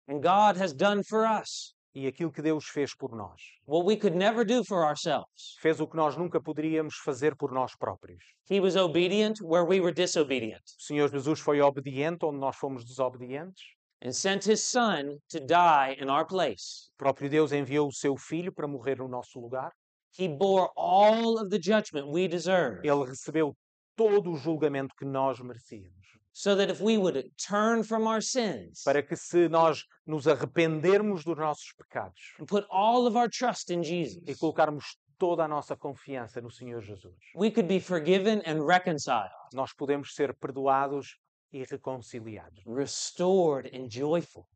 Speaker 1: And God has done for us
Speaker 2: E aquilo que Deus fez por nós.
Speaker 1: what we could never do for ourselves.
Speaker 2: Fez o que nós nunca poderíamos fazer por nós próprios.
Speaker 1: He was obedient where we were disobedient.
Speaker 2: O Senhor Jesus foi obediente onde nós fomos desobedientes.
Speaker 1: and sent his son to die in our place.
Speaker 2: O próprio Deus enviou o seu Filho para morrer no nosso lugar.
Speaker 1: He bore all of the judgment we deserve
Speaker 2: ele recebeu todo o julgamento que nós merecíamos.
Speaker 1: so that if we would turn from our sins
Speaker 2: Para que se nós nos arrependermos dos nossos pecados
Speaker 1: and put all of our trust in Jesus,
Speaker 2: e colocarmos toda a nossa confiança no Senhor Jesus,
Speaker 1: we could be forgiven and reconciled,
Speaker 2: nós podemos ser perdoados e reconciliados,
Speaker 1: restored and joyful.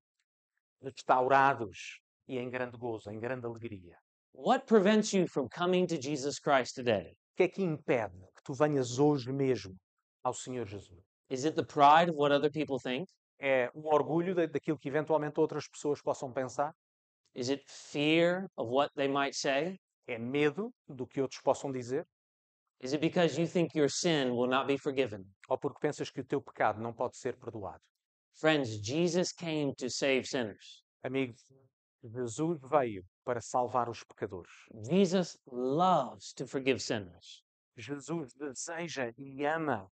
Speaker 2: restaurados e em grande gozo, em grande alegria.
Speaker 1: What prevents you from coming to Jesus Christ today?
Speaker 2: O que é que impede que tu venhas hoje mesmo ao Senhor Jesus?
Speaker 1: Is it the pride of what other people think?
Speaker 2: É um orgulho da- daquilo que eventualmente outras pessoas possam pensar?
Speaker 1: Is it fear of what they might say?
Speaker 2: É medo do que outros possam dizer?
Speaker 1: Is it because you think your sin will not be forgiven?
Speaker 2: Ou porque pensas que o teu pecado não pode ser perdoado?
Speaker 1: Friends, Jesus came to save sinners.
Speaker 2: Amigos, Jesus veio para salvar os pecadores.
Speaker 1: Jesus loves to forgive sinners.
Speaker 2: Jesus deseja e ama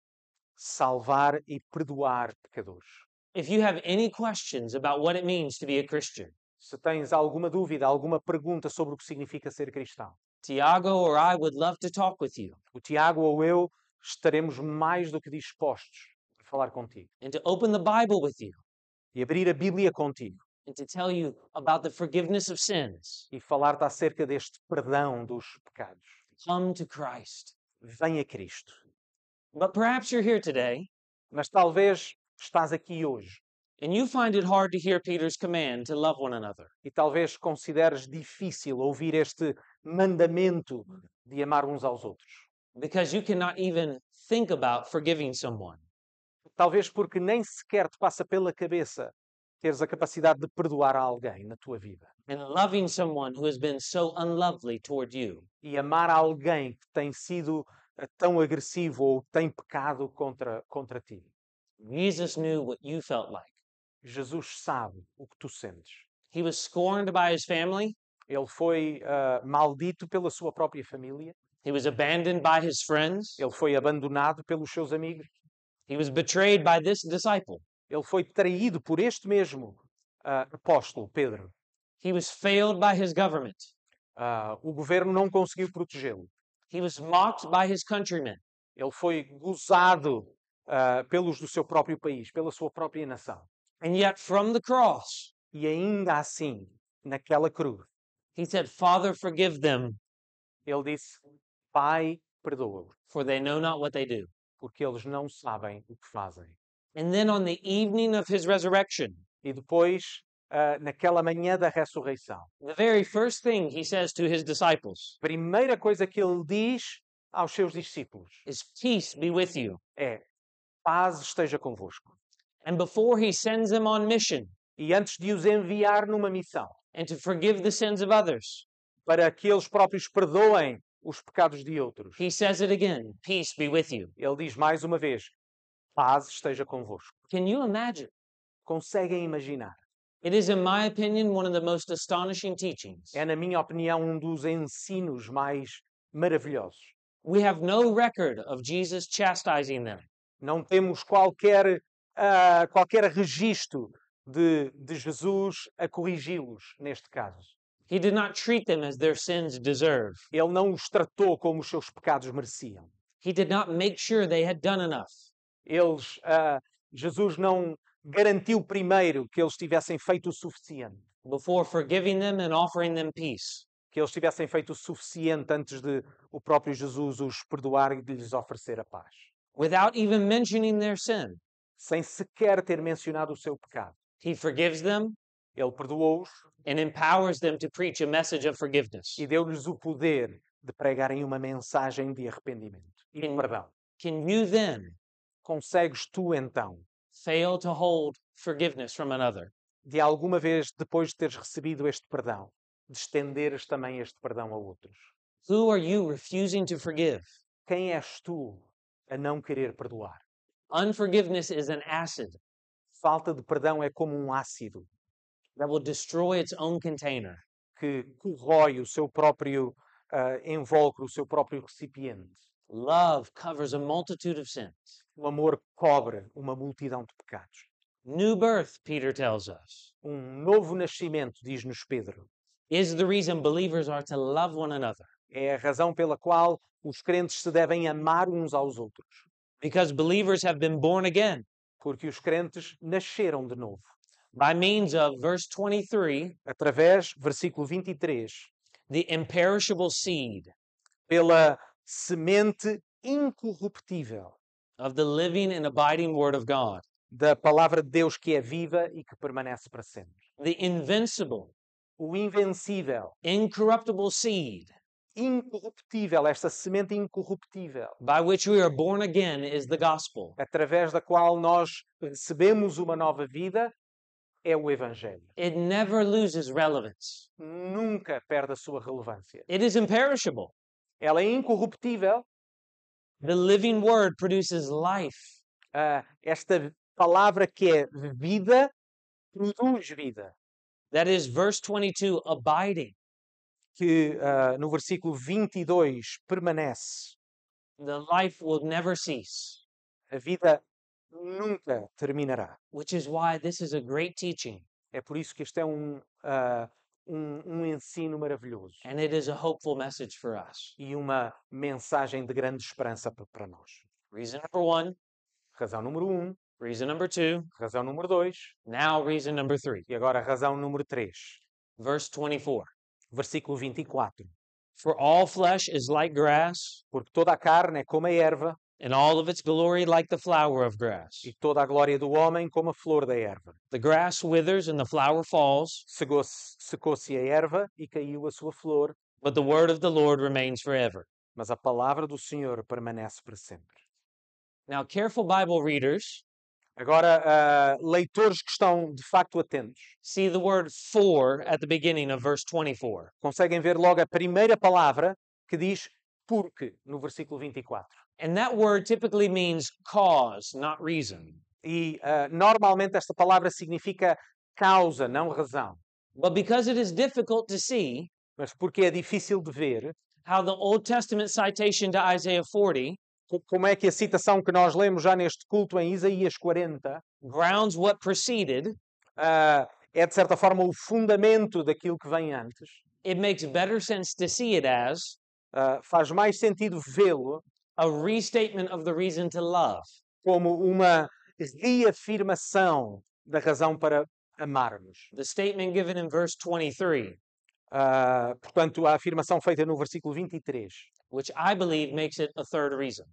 Speaker 2: salvar e perdoar pecadores.
Speaker 1: If you have any questions about what it means to be a Christian,
Speaker 2: Se tens alguma dúvida, alguma pergunta sobre o que significa ser cristão,
Speaker 1: Tiago or I would love to talk with you
Speaker 2: o Tiago ou eu estaremos mais do que dispostos a falar contigo
Speaker 1: and to open the Bible with you
Speaker 2: e abrir a Bíblia contigo
Speaker 1: and to tell you about the forgiveness of sins.
Speaker 2: e falar-te acerca deste perdão dos pecados.
Speaker 1: Come to Christ.
Speaker 2: Venha a Cristo.
Speaker 1: But perhaps you're here today
Speaker 2: Mas talvez estás aqui hoje
Speaker 1: and you find it hard to hear Peter's command to love one another.
Speaker 2: e talvez consideres difícil ouvir este mandamento de amar uns aos outros.
Speaker 1: because you cannot even think about forgiving someone.
Speaker 2: Talvez porque nem sequer te passa pela cabeça teres a capacidade de perdoar a alguém na tua vida
Speaker 1: And loving someone who has been so unlovely toward you
Speaker 2: e amar alguém que tem sido eh, tão agressivo ou tem pecado contra, contra ti.
Speaker 1: Jesus knew what you felt like.
Speaker 2: Jesus sabe o que tu sentes.
Speaker 1: He was scorned by his family,
Speaker 2: Ele foi ah, maldito pela sua própria família,
Speaker 1: he was abandoned by his friends,
Speaker 2: ele foi abandonado pelos seus amigos,
Speaker 1: he was betrayed by this disciple,
Speaker 2: ele foi traído por este mesmo ah, apóstolo, Pedro.
Speaker 1: he was failed by his government,
Speaker 2: Ah, o governo não conseguiu protegê-lo.
Speaker 1: he was mocked by his countrymen,
Speaker 2: Ele foi gozado ah, pelos do seu próprio país, pela sua própria nação.
Speaker 1: and yet from the cross,
Speaker 2: E ainda assim, naquela cruz,
Speaker 1: he said, Father, forgive them,
Speaker 2: ele disse: Pai, perdoa-os,
Speaker 1: for they know not what they do.
Speaker 2: porque eles não sabem o que fazem.
Speaker 1: And then on the evening of his resurrection,
Speaker 2: E depois, ah, naquela manhã da ressurreição,
Speaker 1: the very first thing he says to his disciples
Speaker 2: a primeira coisa que ele diz aos seus discípulos
Speaker 1: is peace be with you.
Speaker 2: é: Paz esteja convosco.
Speaker 1: And before he sends them on mission
Speaker 2: E antes de os enviar numa missão,
Speaker 1: and to forgive the sins of others,
Speaker 2: para que eles próprios perdoem os pecados de outros,
Speaker 1: he says it again peace be with you.
Speaker 2: ele diz mais uma vez: paz esteja convosco.
Speaker 1: Can you imagine?
Speaker 2: Conseguem imaginar?
Speaker 1: It is, in my opinion, one of the most astonishing teachings.
Speaker 2: É, na minha opinião, um dos ensinos mais maravilhosos.
Speaker 1: We have no record of Jesus chastising them,
Speaker 2: Não temos qualquer, ah, qualquer registro de, de Jesus a corrigi-los, neste caso.
Speaker 1: he did not treat them as their sins deserve.
Speaker 2: Ele não os tratou como os seus pecados mereciam.
Speaker 1: He did not make sure they had done enough.
Speaker 2: Eles, ah, Jesus não garantiu primeiro que eles tivessem feito o suficiente,
Speaker 1: Before forgiving them and offering them peace,
Speaker 2: que eles tivessem feito o suficiente antes de o próprio Jesus os perdoar e de lhes oferecer a paz.
Speaker 1: without even mentioning their sin,
Speaker 2: sem sequer ter mencionado o seu pecado.
Speaker 1: he forgives them
Speaker 2: Ele perdoou-os
Speaker 1: and empowers them to preach a message of forgiveness.
Speaker 2: e deu-lhes o poder de pregarem uma mensagem de arrependimento e de
Speaker 1: Em-
Speaker 2: perdão.
Speaker 1: Can you then
Speaker 2: Consegues tu, então,
Speaker 1: fail to hold forgiveness from another.
Speaker 2: de alguma vez, depois de teres recebido este perdão, de estenderes também este perdão a outros?
Speaker 1: Who are you refusing to forgive?
Speaker 2: Quem és tu a não querer perdoar?
Speaker 1: Unforgiveness is an acid
Speaker 2: Falta de perdão é como um ácido
Speaker 1: that will destroy its own container.
Speaker 2: que corrói o seu próprio ah, invólucro, o seu próprio recipiente.
Speaker 1: Love covers a multitude of sins.
Speaker 2: O amor cobre uma multidão de pecados.
Speaker 1: New birth, Peter tells us,
Speaker 2: Um novo nascimento, diz-nos Pedro,
Speaker 1: is the reason believers are to love one another
Speaker 2: é a razão pela qual os crentes se devem amar uns aos outros,
Speaker 1: because believers have been born again
Speaker 2: porque os crentes nasceram de novo.
Speaker 1: by means of verse 23,
Speaker 2: Através, versículo 23,
Speaker 1: the imperishable seed
Speaker 2: pela semente incorruptível
Speaker 1: of the living and abiding word of God,
Speaker 2: da palavra de Deus que é viva e que permanece para sempre.
Speaker 1: the invincible,
Speaker 2: O invencível,
Speaker 1: incorruptible seed
Speaker 2: incorruptível, esta semente incorruptível,
Speaker 1: by which we are born again is the gospel.
Speaker 2: através da qual nós recebemos uma nova vida, é o Evangelho.
Speaker 1: It never loses relevance.
Speaker 2: Nunca perde a sua relevância.
Speaker 1: It is imperishable.
Speaker 2: Ela é incorruptível,
Speaker 1: The living word produces life.
Speaker 2: ah, esta palavra que é vida produz vida.
Speaker 1: That is verse 22, abiding.
Speaker 2: que ah, no versículo 22 permanece.
Speaker 1: The life will never cease,
Speaker 2: A vida nunca terminará.
Speaker 1: which is why this is a great teaching
Speaker 2: É por isso que este é um, ah, um, um ensino maravilhoso
Speaker 1: and it is a hopeful message for us.
Speaker 2: e uma mensagem de grande esperança pa- para nós.
Speaker 1: Reason number one,
Speaker 2: Razão número um,
Speaker 1: reason number two,
Speaker 2: razão número dois
Speaker 1: now reason number three,
Speaker 2: e agora razão número três,
Speaker 1: verse 24.
Speaker 2: versículo 24.
Speaker 1: For all flesh is like grass,
Speaker 2: Porque toda a carne é como a erva
Speaker 1: and all of its glory like the flower of grass.
Speaker 2: e toda a glória do homem como a flor da erva.
Speaker 1: The grass withers and the flower falls,
Speaker 2: Secou-se secou-se a erva e caiu a sua flor,
Speaker 1: but the word of the Lord remains forever.
Speaker 2: mas a palavra do Senhor permanece para sempre.
Speaker 1: Now, careful Bible readers
Speaker 2: Agora, ah, leitores que estão de facto atentos
Speaker 1: see the word for at the beginning of verse 24.
Speaker 2: conseguem ver logo a primeira palavra que diz porque no versículo 24.
Speaker 1: And that word typically means cause, not reason.
Speaker 2: E ah, normalmente esta palavra significa causa, não razão.
Speaker 1: But because it is difficult to see
Speaker 2: Mas porque é difícil de ver
Speaker 1: how the Old Testament citation to Isaiah 40
Speaker 2: co- como é que a citação que nós lemos já neste culto em Isaías 40
Speaker 1: grounds what preceded,
Speaker 2: ah, é de certa forma o fundamento daquilo que vem antes.
Speaker 1: it makes better sense to see it as
Speaker 2: ah, faz mais sentido vê-lo
Speaker 1: a restatement of the reason to love.
Speaker 2: como uma reafirmação da razão para amarmos.
Speaker 1: The statement given in verse 23,
Speaker 2: Ah, portanto, a afirmação feita no versículo 23.
Speaker 1: which I believe makes it a third reason.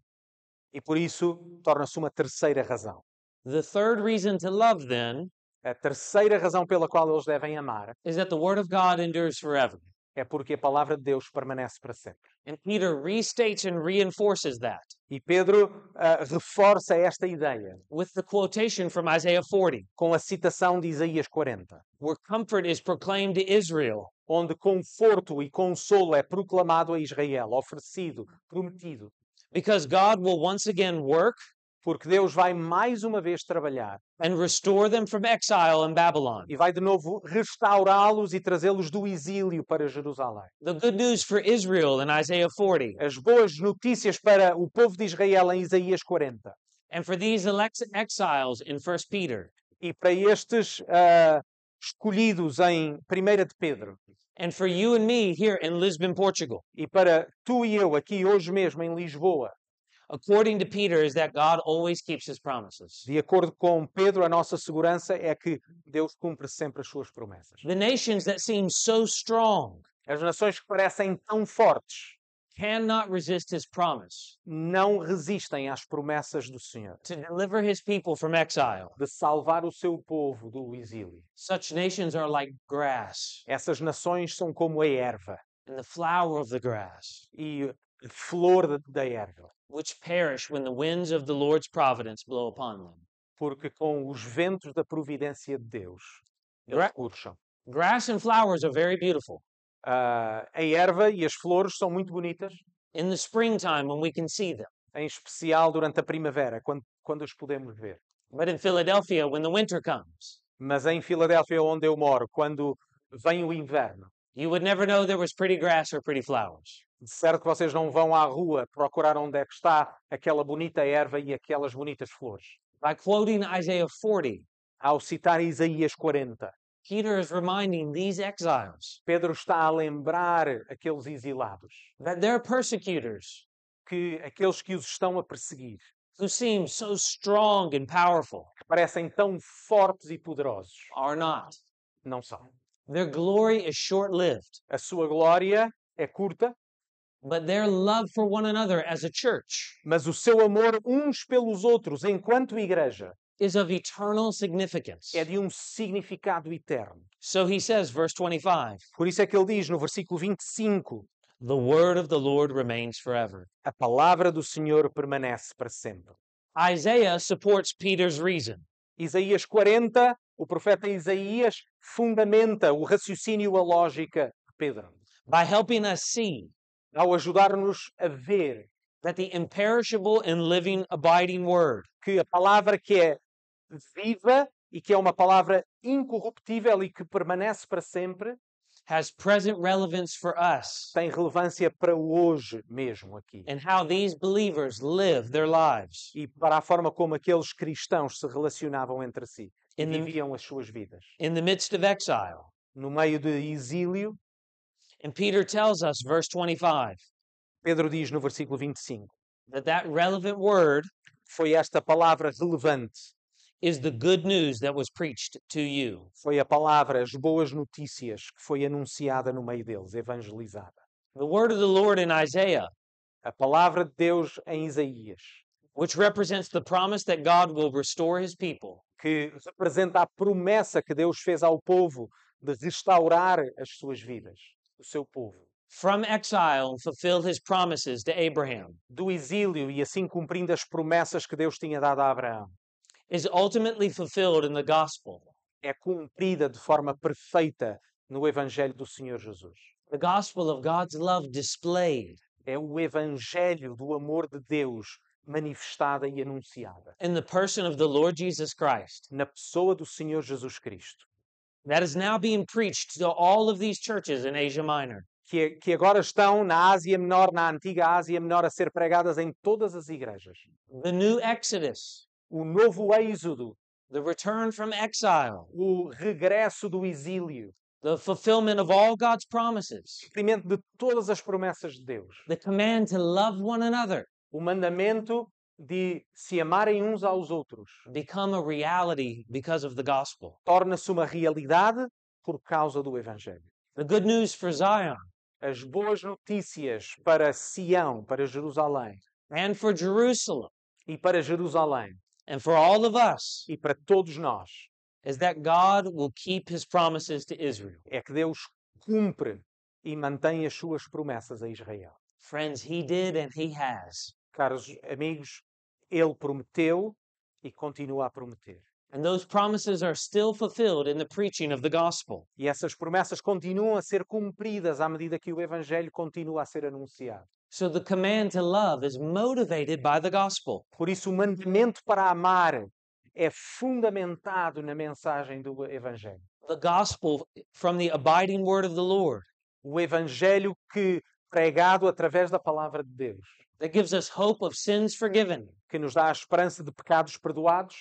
Speaker 2: E por isso torna-se uma terceira razão.
Speaker 1: The third reason to love, then,
Speaker 2: A terceira razão pela qual eles devem amar
Speaker 1: is that the Word of God endures forever.
Speaker 2: é porque a palavra de Deus permanece para sempre.
Speaker 1: And Peter restates and reinforces that
Speaker 2: E Pedro ah, reforça esta ideia
Speaker 1: with the quotation from Isaiah 40,
Speaker 2: com a citação de Isaías 40,
Speaker 1: where comfort is proclaimed to Israel,
Speaker 2: onde conforto e consolo é proclamado a Israel, oferecido, prometido,
Speaker 1: because God will once again work
Speaker 2: porque Deus vai mais uma vez trabalhar
Speaker 1: and restore them from exile in Babylon.
Speaker 2: e vai de novo restaurá-los e trazê-los do exílio para Jerusalém.
Speaker 1: The good news for Israel in Isaiah 40,
Speaker 2: as boas notícias para o povo de Israel em Isaías 40
Speaker 1: and for these elect exiles in 1 Peter,
Speaker 2: e para estes ah, escolhidos em 1 de Pedro
Speaker 1: and for you and me here in Lisbon, Portugal.
Speaker 2: e para tu e eu aqui hoje mesmo em Lisboa,
Speaker 1: according to Peter, is that God always keeps his promises.
Speaker 2: de acordo com Pedro, a nossa segurança é que Deus cumpre sempre as suas promessas.
Speaker 1: The nations that seem so strong
Speaker 2: As nações que parecem tão fortes
Speaker 1: cannot resist his promise
Speaker 2: não resistem às promessas do Senhor
Speaker 1: to deliver his people from exile.
Speaker 2: de salvar o seu povo do exílio.
Speaker 1: Such nations are like grass
Speaker 2: Essas nações são como a erva
Speaker 1: and the flower of the grass,
Speaker 2: e a flor da- da erva.
Speaker 1: which perish when the winds of the Lord's providence blow upon them.
Speaker 2: porque com os ventos da providência de Deus eles
Speaker 1: Gra-
Speaker 2: curcham.
Speaker 1: grass and flowers are very beautiful
Speaker 2: Ah, a erva e as flores são muito bonitas,
Speaker 1: in the springtime when we can see them,
Speaker 2: em especial durante a primavera, quando, quando as podemos ver.
Speaker 1: but in Philadelphia when the winter comes,
Speaker 2: Mas em Filadélfia, onde eu moro, quando vem o inverno,
Speaker 1: you would never know there was pretty grass or pretty flowers.
Speaker 2: de certo vocês não vão à rua procurar onde é que está aquela bonita erva e aquelas bonitas flores.
Speaker 1: By quoting Isaiah 40,
Speaker 2: Ao citar Isaías 40,
Speaker 1: Peter is reminding these exiles
Speaker 2: Pedro está a lembrar aqueles exilados
Speaker 1: that their persecutors,
Speaker 2: que aqueles que os estão a perseguir
Speaker 1: who seem so strong and powerful,
Speaker 2: que parecem tão fortes e poderosos
Speaker 1: are not.
Speaker 2: não são.
Speaker 1: Their glory is short lived,
Speaker 2: A sua glória é curta,
Speaker 1: but their love for one another as a church
Speaker 2: mas o seu amor uns pelos outros, enquanto igreja,
Speaker 1: is of eternal significance.
Speaker 2: é de um significado eterno.
Speaker 1: So he says, verse 25,
Speaker 2: Por isso é que ele diz no versículo 25:
Speaker 1: the word of the Lord remains forever.
Speaker 2: A palavra do Senhor permanece para sempre.
Speaker 1: Isaiah supports Peter's reason.
Speaker 2: Isaías 40, o profeta Isaías fundamenta o raciocínio, a lógica de Pedro,
Speaker 1: By helping us see
Speaker 2: ao ajudar-nos a ver
Speaker 1: that the imperishable and living abiding word
Speaker 2: que a palavra que é viva e que é uma palavra incorruptível e que permanece para sempre,
Speaker 1: has present relevance for us
Speaker 2: tem relevância para o hoje mesmo aqui.
Speaker 1: and how these believers live their lives
Speaker 2: E para a forma como aqueles cristãos se relacionavam entre si e
Speaker 1: in the,
Speaker 2: viviam as suas vidas.
Speaker 1: in the midst of exile.
Speaker 2: No meio de exílio,
Speaker 1: And Peter tells us, verse 25,
Speaker 2: Pedro diz no versículo 25:
Speaker 1: that that relevant word
Speaker 2: Foi esta palavra relevante,
Speaker 1: is the good news that was preached to you.
Speaker 2: foi a palavra, as boas notícias que foi anunciada no meio deles, evangelizada.
Speaker 1: The word of the Lord in Isaiah,
Speaker 2: A palavra de Deus em Isaías,
Speaker 1: which represents the promise that God will restore his people,
Speaker 2: que representa a promessa que Deus fez ao povo de restaurar as suas vidas, o seu povo,
Speaker 1: from exile and fulfill his promises to Abraham,
Speaker 2: do exílio e assim cumprindo as promessas que Deus tinha dado a Abraão.
Speaker 1: is ultimately fulfilled in the gospel.
Speaker 2: É cumprida de forma perfeita no Evangelho do Senhor Jesus.
Speaker 1: The gospel of God's love displayed
Speaker 2: É o Evangelho do amor de Deus manifestada e anunciada
Speaker 1: in the person of the Lord Jesus Christ
Speaker 2: na pessoa do Senhor Jesus Cristo,
Speaker 1: that is now being preached to all of these churches in Asia Minor.
Speaker 2: que, é- que agora estão na Ásia Menor, na antiga Ásia Menor, a ser pregadas em todas as igrejas.
Speaker 1: The new Exodus,
Speaker 2: O novo êxodo
Speaker 1: the return from exile,
Speaker 2: o regresso do exílio,
Speaker 1: the fulfillment of all God's promises,
Speaker 2: cumprimento de todas as promessas de Deus,
Speaker 1: the command to love one another
Speaker 2: o mandamento de se amarem uns aos outros,
Speaker 1: become a reality because of the gospel.
Speaker 2: torna-se uma realidade por causa do Evangelho.
Speaker 1: The good news for Zion
Speaker 2: As boas notícias para Sião, para Jerusalém,
Speaker 1: and for Jerusalem
Speaker 2: e para Jerusalém,
Speaker 1: and for all of us
Speaker 2: e para todos nós,
Speaker 1: is that God will keep his promises to Israel.
Speaker 2: é que Deus cumpre e mantém as suas promessas a Israel.
Speaker 1: Friends, he did and he has.
Speaker 2: Caros amigos, ele prometeu e continua a prometer.
Speaker 1: And those promises are still fulfilled in the preaching of the gospel.
Speaker 2: E essas promessas continuam a ser cumpridas à medida que o Evangelho continua a ser anunciado.
Speaker 1: So the command to love is motivated by the gospel.
Speaker 2: Por isso, o mandamento para amar é fundamentado na mensagem do Evangelho.
Speaker 1: The gospel from the abiding word of the Lord
Speaker 2: O Evangelho que pregado através da palavra de Deus,
Speaker 1: that gives us hope of sins forgiven
Speaker 2: que nos dá a esperança de pecados perdoados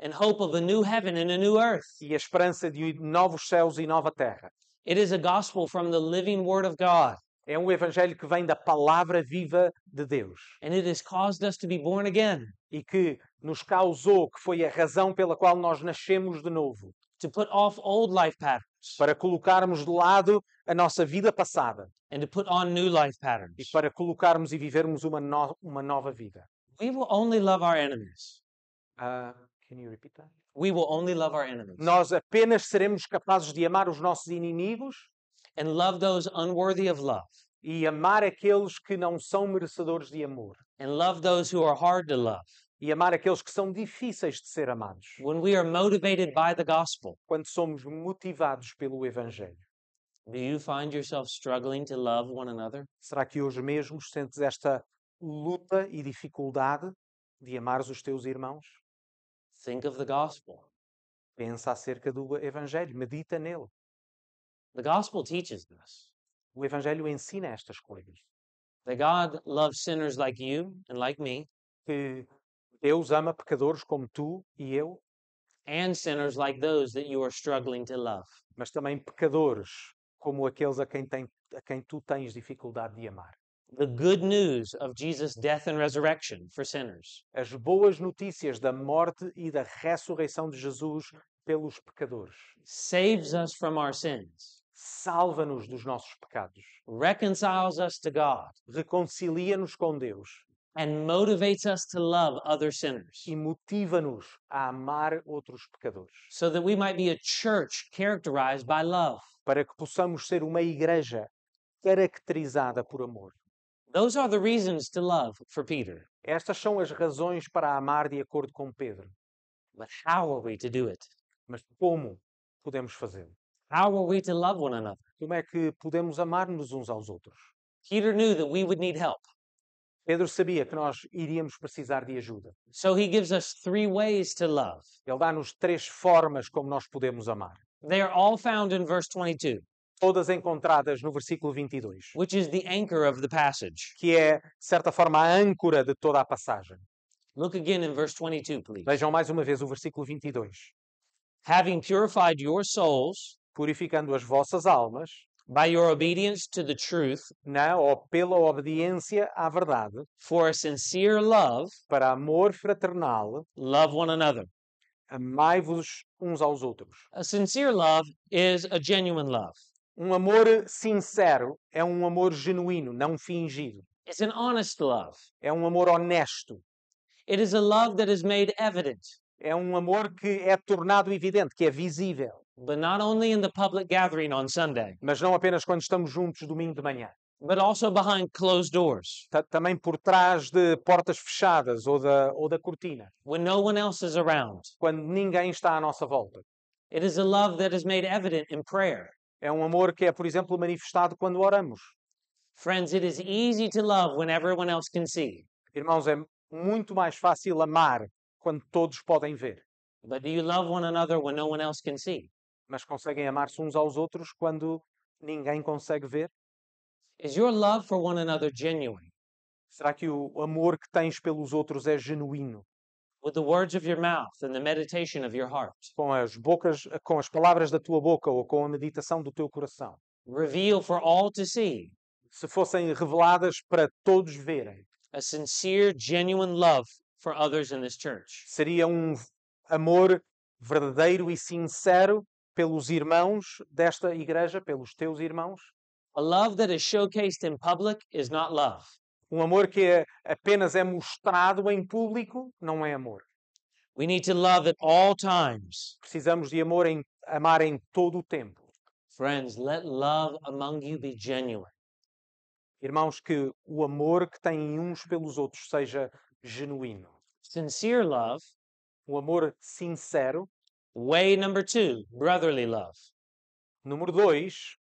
Speaker 1: and hope of a new heaven and a new earth.
Speaker 2: e a esperança de novos céus e nova terra.
Speaker 1: It is a gospel from the living word of God,
Speaker 2: É um Evangelho que vem da palavra viva de Deus
Speaker 1: and it has caused us to be born again,
Speaker 2: e que nos causou, que foi a razão pela qual nós nascemos de novo.
Speaker 1: to put off old life patterns
Speaker 2: para colocarmos de lado a nossa vida passada
Speaker 1: and to put on new life
Speaker 2: e
Speaker 1: patterns.
Speaker 2: para colocarmos e vivermos uma, no- uma nova vida.
Speaker 1: We will only love our enemies.
Speaker 2: Ah, can you repeat that?
Speaker 1: We will only love our enemies
Speaker 2: Nós apenas seremos capazes de amar os nossos inimigos
Speaker 1: and love those unworthy of love
Speaker 2: e amar aqueles que não são merecedores de amor
Speaker 1: and love those who are hard to love.
Speaker 2: e amar aqueles que são difíceis de ser amados
Speaker 1: When we are motivated by the gospel,
Speaker 2: quando somos motivados pelo Evangelho.
Speaker 1: do you find yourself struggling to love one another?
Speaker 2: Será que hoje mesmo sentes esta luta e dificuldade de amares os teus irmãos?
Speaker 1: Think of the gospel.
Speaker 2: Pensa acerca do Evangelho, medita nele.
Speaker 1: The gospel teaches this
Speaker 2: O Evangelho ensina estas coisas.
Speaker 1: that God loves sinners like you and like me,
Speaker 2: Que Deus ama pecadores como tu e eu,
Speaker 1: and sinners like those that you are struggling to love.
Speaker 2: mas também pecadores como aqueles a quem, tem- a quem tu tens dificuldade de amar.
Speaker 1: The good news of Jesus' death and resurrection for sinners
Speaker 2: As boas notícias da morte e da ressurreição de Jesus pelos pecadores.
Speaker 1: saves us from our sins,
Speaker 2: Salva-nos dos nossos pecados.
Speaker 1: reconciles us to God,
Speaker 2: Reconcilia-nos com Deus
Speaker 1: and motivates us to love other sinners
Speaker 2: e motiva-nos a amar outros pecadores,
Speaker 1: so that we might be a church characterized by love.
Speaker 2: para que possamos ser uma igreja caracterizada por amor.
Speaker 1: Those are the reasons to love for Peter.
Speaker 2: Estas são as razões para amar de acordo com Pedro.
Speaker 1: But how are we to do it?
Speaker 2: Mas como podemos fazê-lo?
Speaker 1: How are we to love one another?
Speaker 2: Como é que podemos amar-nos uns aos outros?
Speaker 1: Peter knew that we would need help.
Speaker 2: Pedro sabia que nós iríamos precisar de ajuda.
Speaker 1: So he gives us three ways to love.
Speaker 2: Ele dá-nos três formas como nós podemos amar,
Speaker 1: They are all found in verse 22,
Speaker 2: todas encontradas no versículo 22,
Speaker 1: which is the anchor of the passage.
Speaker 2: que é, de certa forma, a âncora de toda a passagem.
Speaker 1: Look again in verse 22, please.
Speaker 2: Vejam mais uma vez o versículo 22.
Speaker 1: Having purified your souls
Speaker 2: Purificando as vossas almas
Speaker 1: by your obedience to the truth
Speaker 2: na ou pela obediência à verdade,
Speaker 1: for a sincere love,
Speaker 2: para amor fraternal,
Speaker 1: love one another.
Speaker 2: amai-vos uns aos outros.
Speaker 1: A sincere love is a genuine love.
Speaker 2: Um amor sincero é um amor genuíno, não fingido.
Speaker 1: It's an honest love.
Speaker 2: É um amor honesto.
Speaker 1: It is a love that is made evident,
Speaker 2: É um amor que é tornado evidente, que é visível.
Speaker 1: but not only in the public gathering on Sunday,
Speaker 2: Mas não apenas quando estamos juntos domingo de manhã.
Speaker 1: but also behind closed doors
Speaker 2: Ta- Também por trás de portas fechadas ou da, ou da cortina,
Speaker 1: when no one else is around.
Speaker 2: quando ninguém está à nossa volta.
Speaker 1: It is a love that is made evident in prayer.
Speaker 2: É um amor que é, por exemplo, manifestado quando oramos.
Speaker 1: Friends, it is easy to love when everyone else can see.
Speaker 2: Irmãos, é muito mais fácil amar quando todos podem ver,
Speaker 1: But do you love one another when no one else can see?
Speaker 2: mas conseguem amar-se uns aos outros quando ninguém consegue ver?
Speaker 1: Is your love for one another genuine?
Speaker 2: Será que o amor que tens pelos outros é genuíno?
Speaker 1: With the words of your mouth and the meditation of your heart,
Speaker 2: Com as bocas, com as palavras da tua boca ou com a meditação do teu coração?
Speaker 1: reveal for all to see
Speaker 2: Se fossem reveladas para todos verem,
Speaker 1: a sincere, genuine love for others in this church.
Speaker 2: seria um v- amor verdadeiro e sincero pelos irmãos desta igreja, pelos teus irmãos?
Speaker 1: A love that is showcased in public is not love.
Speaker 2: Um amor que é- apenas é mostrado em público não é amor.
Speaker 1: We need to love at all times.
Speaker 2: Precisamos de amor em, amar em todo o tempo.
Speaker 1: Friends, let love among you be genuine.
Speaker 2: Irmãos, que o amor que têm uns pelos outros seja genuíno.
Speaker 1: Sincere love,
Speaker 2: Um amor sincero.
Speaker 1: way number two, brotherly love.
Speaker 2: Número dois,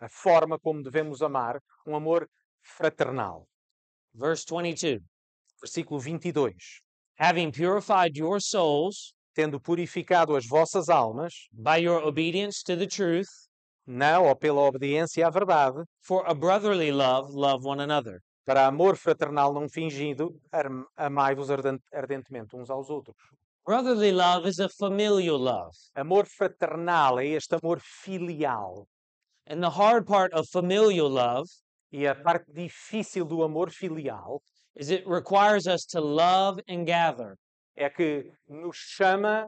Speaker 2: a forma como devemos amar, um amor fraternal.
Speaker 1: Verse 22
Speaker 2: Versículo 22.
Speaker 1: Having purified your souls
Speaker 2: Tendo purificado as vossas almas,
Speaker 1: by your obedience to the truth,
Speaker 2: não ou pela obediência à verdade,
Speaker 1: for a brotherly love, love one another.
Speaker 2: para amor fraternal não fingido, arm- amai-vos arden- ardentemente uns aos outros.
Speaker 1: Brotherly love is a familial love.
Speaker 2: Amor fraternal é este amor filial.
Speaker 1: And the hard part of familial love
Speaker 2: E a parte difícil do amor filial
Speaker 1: is it requires us to love and gather,
Speaker 2: é que nos chama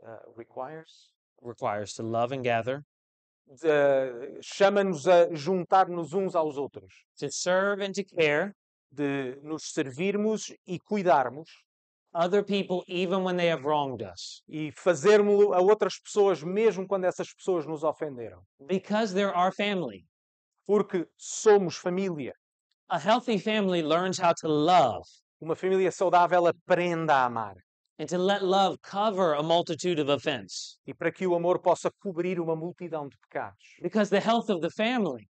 Speaker 2: uh, requires
Speaker 1: requires to love and gather,
Speaker 2: de- chama-nos a juntar-nos uns aos outros,
Speaker 1: to serve and to care
Speaker 2: de nos servirmos e cuidarmos
Speaker 1: other people even when they have wronged us.
Speaker 2: e fazermos a outras pessoas mesmo quando essas pessoas nos ofenderam,
Speaker 1: Because they're our family.
Speaker 2: porque somos família.
Speaker 1: A healthy family learns how to love
Speaker 2: Uma família saudável aprenda a amar
Speaker 1: and to let love cover a multitude of offense.
Speaker 2: e para que o amor possa cobrir uma multidão de pecados,
Speaker 1: Because the health of the family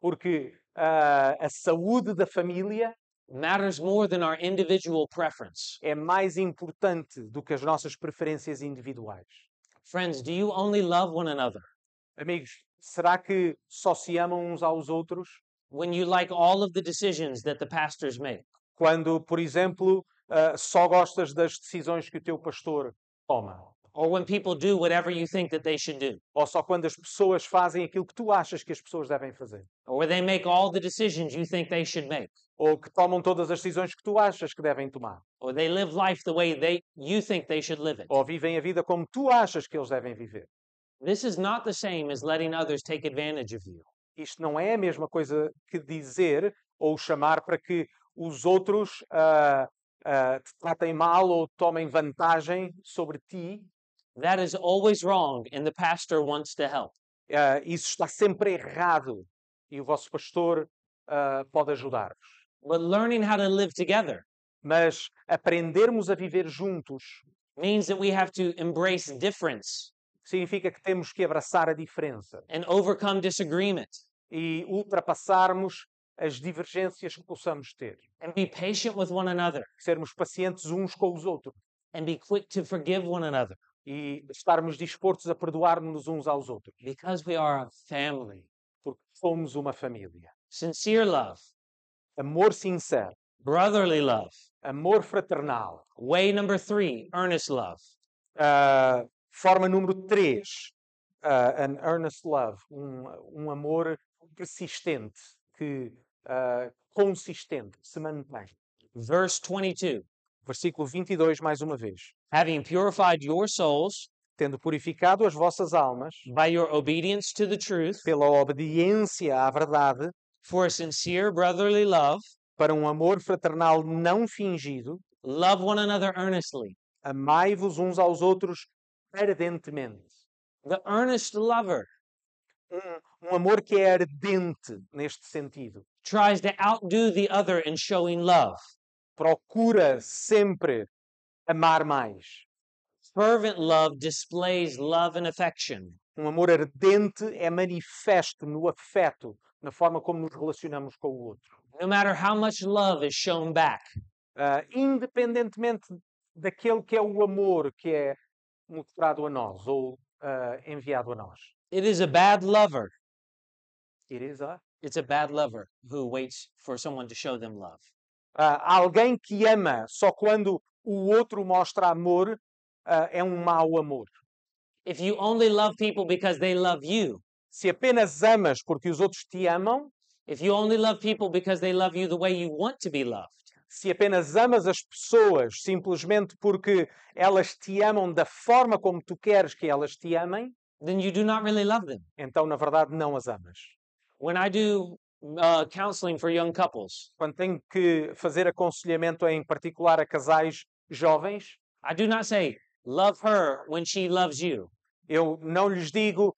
Speaker 2: porque ah, a saúde da família
Speaker 1: matters more than our individual preference.
Speaker 2: é mais importante do que as nossas preferências individuais.
Speaker 1: Friends, do you only love one another
Speaker 2: Amigos, será que só se amam uns aos outros
Speaker 1: when you like all of the decisions that the pastors make?
Speaker 2: quando, por exemplo, ah, só gostas das decisões que o teu pastor toma?
Speaker 1: Or when people do whatever you think that they should do?
Speaker 2: Ou só quando as pessoas fazem aquilo que tu achas que as pessoas devem fazer?
Speaker 1: Or when they make all the decisions you think they should make?
Speaker 2: Ou que tomam todas as decisões que tu achas que devem tomar?
Speaker 1: Or they live life the way they you think they should live it?
Speaker 2: Ou vivem a vida como tu achas que eles devem viver?
Speaker 1: This is not the same as letting others take advantage of you.
Speaker 2: Isto não é a mesma coisa que dizer ou chamar para que os outros ah, ah, te tratem mal ou tomem vantagem sobre ti
Speaker 1: That is always wrong, and the pastor wants to help.
Speaker 2: Ah, isso está sempre errado e o vosso pastor ah, pode ajudar-vos.
Speaker 1: But learning how to live together
Speaker 2: Mas aprendermos a viver juntos
Speaker 1: means that we have to embrace difference
Speaker 2: significa que temos que abraçar a diferença
Speaker 1: and overcome disagreement
Speaker 2: e ultrapassarmos as divergências que possamos ter,
Speaker 1: and be patient with one another
Speaker 2: sermos pacientes uns com os outros
Speaker 1: and be quick to forgive one another
Speaker 2: e estarmos dispostos a perdoarmos-nos uns aos outros,
Speaker 1: because we are a family.
Speaker 2: porque somos uma família.
Speaker 1: Sincere love,
Speaker 2: Amor sincero,
Speaker 1: brotherly love.
Speaker 2: amor fraternal.
Speaker 1: Way number three, earnest love.
Speaker 2: Ah, forma número 3, an earnest love, um, um amor persistente, que ah, consistente, que se mantém.
Speaker 1: Verse 22
Speaker 2: Versículo 22, mais uma vez.
Speaker 1: Having purified your souls
Speaker 2: Tendo purificado as vossas almas
Speaker 1: by your obedience to the truth
Speaker 2: pela obediência à verdade,
Speaker 1: for a sincere brotherly love,
Speaker 2: para um amor fraternal não fingido,
Speaker 1: love one another earnestly.
Speaker 2: amai-vos uns aos outros ardentemente.
Speaker 1: The earnest lover
Speaker 2: Um, um amor que é ardente neste sentido.
Speaker 1: tries to outdo the other in showing love.
Speaker 2: Procura sempre amar mais.
Speaker 1: Fervent love displays love and affection.
Speaker 2: Um amor ardente é manifesto no afeto, na forma como nos relacionamos com o outro.
Speaker 1: No matter how much love is shown back,
Speaker 2: Ah, independentemente daquele que é o amor que é mostrado a nós ou ah, enviado a nós.
Speaker 1: it is a bad lover.
Speaker 2: It is a-
Speaker 1: It's a bad lover who waits for someone to show them love.
Speaker 2: Ah, alguém que ama só quando o outro mostra amor ah, é um mau amor.
Speaker 1: If you only love people because they love you,
Speaker 2: Se apenas amas porque os outros te amam,
Speaker 1: if you only love people because they love you the way you want to be loved,
Speaker 2: se apenas amas as pessoas simplesmente porque elas te amam da forma como tu queres que elas te amem,
Speaker 1: then you do not really love them.
Speaker 2: então na verdade não as amas.
Speaker 1: When I do uh, counseling for young couples,
Speaker 2: Quando tenho que fazer aconselhamento em particular a casais jovens,
Speaker 1: I do not say, love her when she loves you.
Speaker 2: eu não lhes digo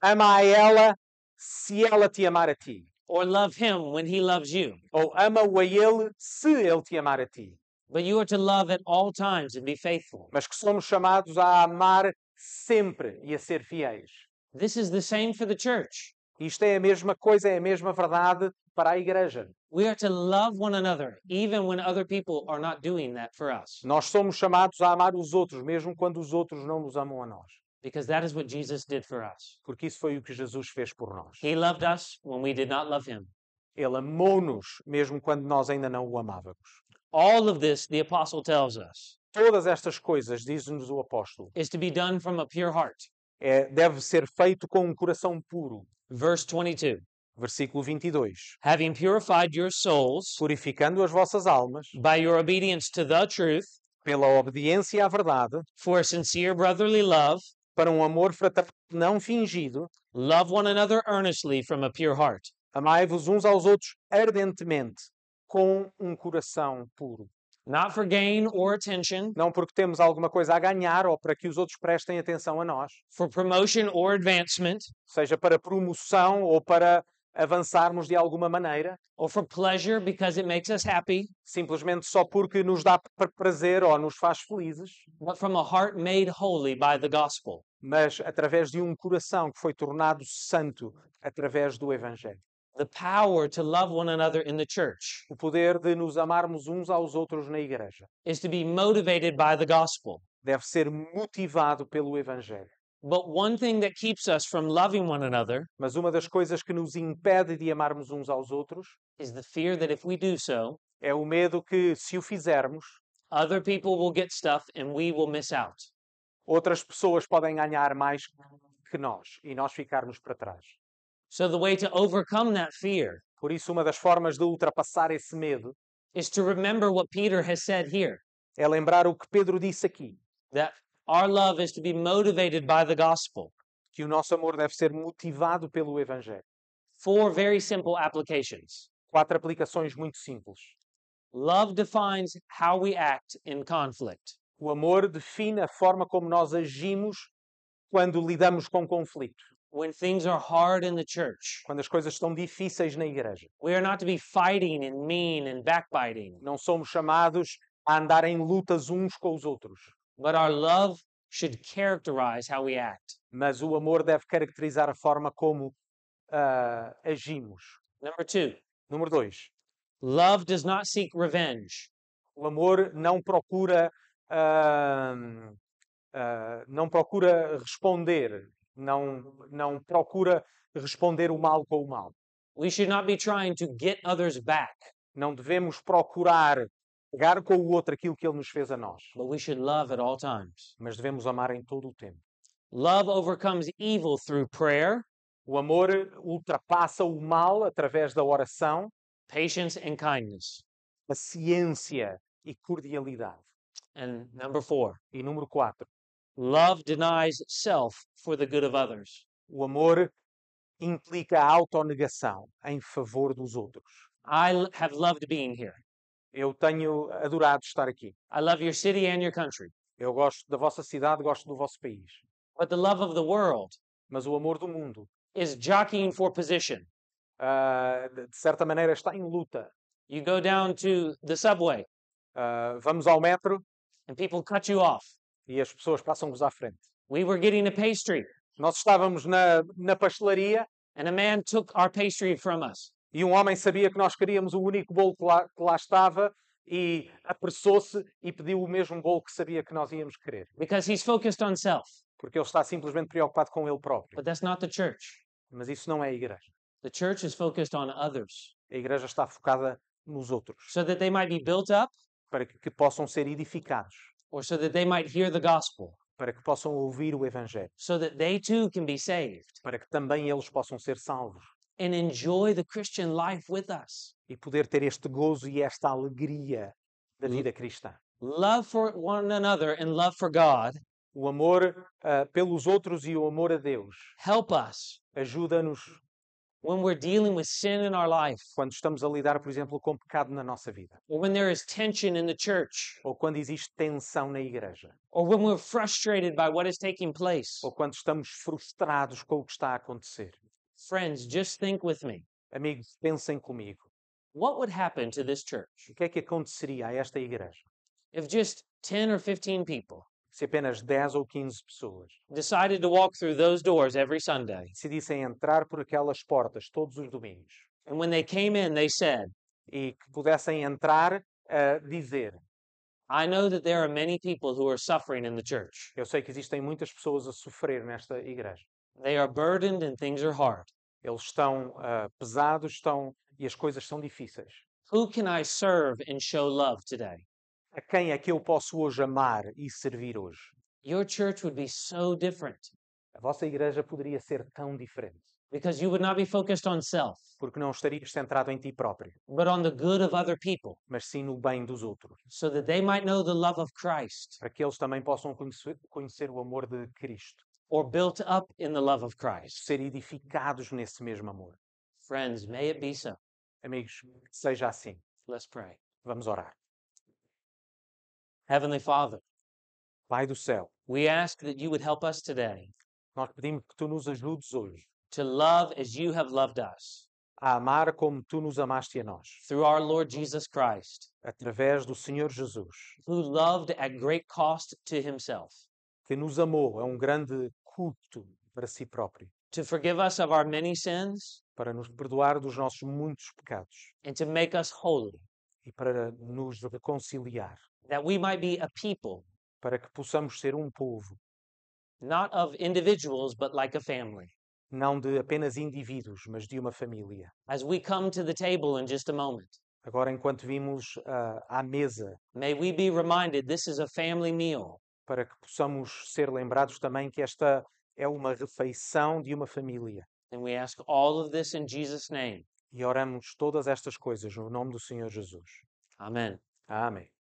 Speaker 2: ama a ela se ela te amar a ti,
Speaker 1: or love him when he loves you.
Speaker 2: ou ama-o a ele se ele te amar a ti,
Speaker 1: But you are to love at all times and be faithful.
Speaker 2: mas que somos chamados a amar sempre e a ser fiéis.
Speaker 1: This is the same for the church.
Speaker 2: Isto é a mesma coisa, é a mesma verdade para a igreja.
Speaker 1: We are to love one another even when other people are not doing that for us
Speaker 2: Nós somos chamados a amar os outros, mesmo quando os outros não nos amam a nós,
Speaker 1: because that is what Jesus did for us.
Speaker 2: porque isso foi o que Jesus fez por nós.
Speaker 1: He loved us when we did not love him.
Speaker 2: Ele amou-nos mesmo quando nós ainda não o amávamos.
Speaker 1: All of this, the apostle tells us,
Speaker 2: Todas estas coisas, diz-nos o apóstolo,
Speaker 1: is to be done from a pure heart.
Speaker 2: é, deve ser feito com um coração puro.
Speaker 1: Verse 22
Speaker 2: Versículo 22.
Speaker 1: Having purified your souls
Speaker 2: Purificando as vossas almas
Speaker 1: by your obedience to the truth
Speaker 2: pela obediência à verdade,
Speaker 1: for a sincere brotherly love,
Speaker 2: para um amor fraternal não fingido,
Speaker 1: love one another earnestly from a pure heart.
Speaker 2: amai-vos uns aos outros ardentemente, com um coração puro.
Speaker 1: not for gain or attention,
Speaker 2: Não porque temos alguma coisa a ganhar ou para que os outros prestem atenção a nós,
Speaker 1: for promotion or advancement,
Speaker 2: seja para promoção ou para avançarmos de alguma maneira,
Speaker 1: or for pleasure because it makes us happy,
Speaker 2: simplesmente só porque nos dá pra- prazer ou nos faz felizes,
Speaker 1: but from a heart made holy by the gospel.
Speaker 2: mas através de um coração que foi tornado santo através do Evangelho.
Speaker 1: The power to love one another in the church
Speaker 2: O poder de nos amarmos uns aos outros na igreja
Speaker 1: is to be motivated by the gospel.
Speaker 2: deve ser motivado pelo Evangelho.
Speaker 1: But one thing that keeps us from loving one another
Speaker 2: Mas uma das coisas que nos impede de amarmos uns aos outros
Speaker 1: is the fear that if we do so,
Speaker 2: é o medo que, se o fizermos,
Speaker 1: other people will get stuff and we will miss out.
Speaker 2: outras pessoas podem ganhar mais que nós e nós ficarmos para trás.
Speaker 1: So, the way to overcome that fear
Speaker 2: Por isso, uma das formas de ultrapassar esse medo
Speaker 1: is to remember what Peter has said here
Speaker 2: é lembrar o que Pedro disse aqui,
Speaker 1: that our love is to be motivated by the gospel.
Speaker 2: que o nosso amor deve ser motivado pelo Evangelho.
Speaker 1: four very simple applications.
Speaker 2: Quatro aplicações muito simples.
Speaker 1: Love defines how we act in conflict.
Speaker 2: O amor define a forma como nós agimos quando lidamos com conflito,
Speaker 1: When things are hard in the church,
Speaker 2: quando as coisas estão difíceis na igreja.
Speaker 1: we are not to be fighting and mean and backbiting,
Speaker 2: Não somos chamados a andar em lutas uns com os outros,
Speaker 1: but our love should characterize how we act.
Speaker 2: mas o amor deve caracterizar a forma como ah, agimos.
Speaker 1: Number two,
Speaker 2: Número 2.
Speaker 1: Love does not seek revenge.
Speaker 2: O amor não procura ah, ah, não procura responder, não, não procura responder o mal com o mal.
Speaker 1: We should not be trying to get others back,
Speaker 2: Não devemos procurar pegar com o outro aquilo que ele nos fez a nós,
Speaker 1: but we should love at all times.
Speaker 2: mas devemos amar em todo o tempo.
Speaker 1: Love overcomes evil through prayer,
Speaker 2: O amor ultrapassa o mal através da oração,
Speaker 1: patience, and kindness.
Speaker 2: paciência e cordialidade.
Speaker 1: And number four,
Speaker 2: E número 4.
Speaker 1: love denies self for the good of others.
Speaker 2: O amor implica a autonegação em favor dos outros.
Speaker 1: I l- have loved being here.
Speaker 2: Eu tenho adorado estar aqui.
Speaker 1: I love your city and your country.
Speaker 2: Eu gosto da vossa cidade, gosto do vosso país.
Speaker 1: But the love of the world
Speaker 2: Mas o amor do mundo,
Speaker 1: is jockeying for position.
Speaker 2: ah, de de certa maneira, está em luta.
Speaker 1: You go down to the subway
Speaker 2: Ah, vamos ao metro
Speaker 1: and people cut you off.
Speaker 2: e as pessoas passam-vos à frente.
Speaker 1: We were getting a pastry
Speaker 2: Nós estávamos na, na pastelaria
Speaker 1: and a man took our pastry from us.
Speaker 2: e um homem sabia que nós queríamos o único bolo que lá, que lá estava e apressou-se e pediu o mesmo bolo que sabia que nós íamos querer.
Speaker 1: because he's focused on self.
Speaker 2: Porque ele está simplesmente preocupado com ele próprio.
Speaker 1: But that's not the church.
Speaker 2: Mas isso não é a igreja.
Speaker 1: The church is focused on others
Speaker 2: A igreja está focada nos outros,
Speaker 1: so that they might be built up
Speaker 2: para que, que possam ser edificados,
Speaker 1: or so that they might hear the gospel,
Speaker 2: para que possam ouvir o Evangelho,
Speaker 1: so that they too can be saved
Speaker 2: para que também eles possam ser salvos
Speaker 1: and enjoy the Christian life with us.
Speaker 2: e poder ter este gozo e esta alegria da
Speaker 1: Lu-
Speaker 2: vida cristã.
Speaker 1: Love for one another and love for God
Speaker 2: O amor ah, pelos outros e o amor a Deus
Speaker 1: help us
Speaker 2: ajuda-nos
Speaker 1: when we're dealing with sin in our life
Speaker 2: quando estamos a lidar, por exemplo, com pecado na nossa vida,
Speaker 1: or when there is tension in the church
Speaker 2: ou quando existe tensão na igreja,
Speaker 1: or when we're frustrated by what is taking place.
Speaker 2: ou quando estamos frustrados com o que está a acontecer.
Speaker 1: Friends, just think with me.
Speaker 2: Amigos, pensem comigo.
Speaker 1: What would happen to this church
Speaker 2: O que é que aconteceria a esta igreja
Speaker 1: if just 10 or 15 people
Speaker 2: se apenas 10 ou 15 pessoas
Speaker 1: decided to walk through those doors every Sunday.
Speaker 2: decidissem entrar por aquelas portas todos os domingos
Speaker 1: And when they came in, they said,
Speaker 2: e que pudessem entrar a dizer:
Speaker 1: I know that there are many people who are suffering in the church.
Speaker 2: Eu sei que existem muitas pessoas a sofrer nesta igreja.
Speaker 1: They are burdened and things are hard.
Speaker 2: Eles estão ah, pesados, estão e as coisas são difíceis.
Speaker 1: Who can I serve and show love today?
Speaker 2: A quem é que eu posso hoje amar e servir hoje?
Speaker 1: Your church would be so different
Speaker 2: A vossa igreja poderia ser tão diferente,
Speaker 1: because you would not be focused on self,
Speaker 2: porque não estarias centrado em ti próprio,
Speaker 1: but on the good of other people,
Speaker 2: mas sim no bem dos outros,
Speaker 1: so that they might know the love of Christ
Speaker 2: para que eles também possam conhecer, conhecer o amor de Cristo,
Speaker 1: or built up in the love of Christ.
Speaker 2: ser edificados nesse mesmo amor.
Speaker 1: Friends, may it be so.
Speaker 2: Amigos, que seja assim.
Speaker 1: Let's pray.
Speaker 2: Vamos orar.
Speaker 1: Heavenly Father,
Speaker 2: Pai do céu,
Speaker 1: we ask that you would help us today
Speaker 2: nós pedimos que tu nos ajudes hoje
Speaker 1: to love as you have loved us
Speaker 2: a amar como tu nos amaste a nós,
Speaker 1: through our Lord Jesus Christ,
Speaker 2: através do Senhor Jesus,
Speaker 1: who loved at great cost to himself,
Speaker 2: que nos amou a um grande culto para si próprio,
Speaker 1: to forgive us of our many sins
Speaker 2: para nos perdoar dos nossos muitos pecados
Speaker 1: and to make us holy,
Speaker 2: e para nos reconciliar,
Speaker 1: that we might be a people,
Speaker 2: para que possamos ser um povo,
Speaker 1: not of individuals, but like a family.
Speaker 2: não de apenas indivíduos, mas de uma família.
Speaker 1: As we come to the table in just a moment,
Speaker 2: Agora, enquanto vimos ah, à mesa,
Speaker 1: may we be reminded this is a family meal,
Speaker 2: para que possamos ser lembrados também que esta é uma refeição de uma família.
Speaker 1: and we ask all of this in Jesus' name.
Speaker 2: E oramos todas estas coisas no nome do Senhor Jesus.
Speaker 1: Amen.
Speaker 2: Amém.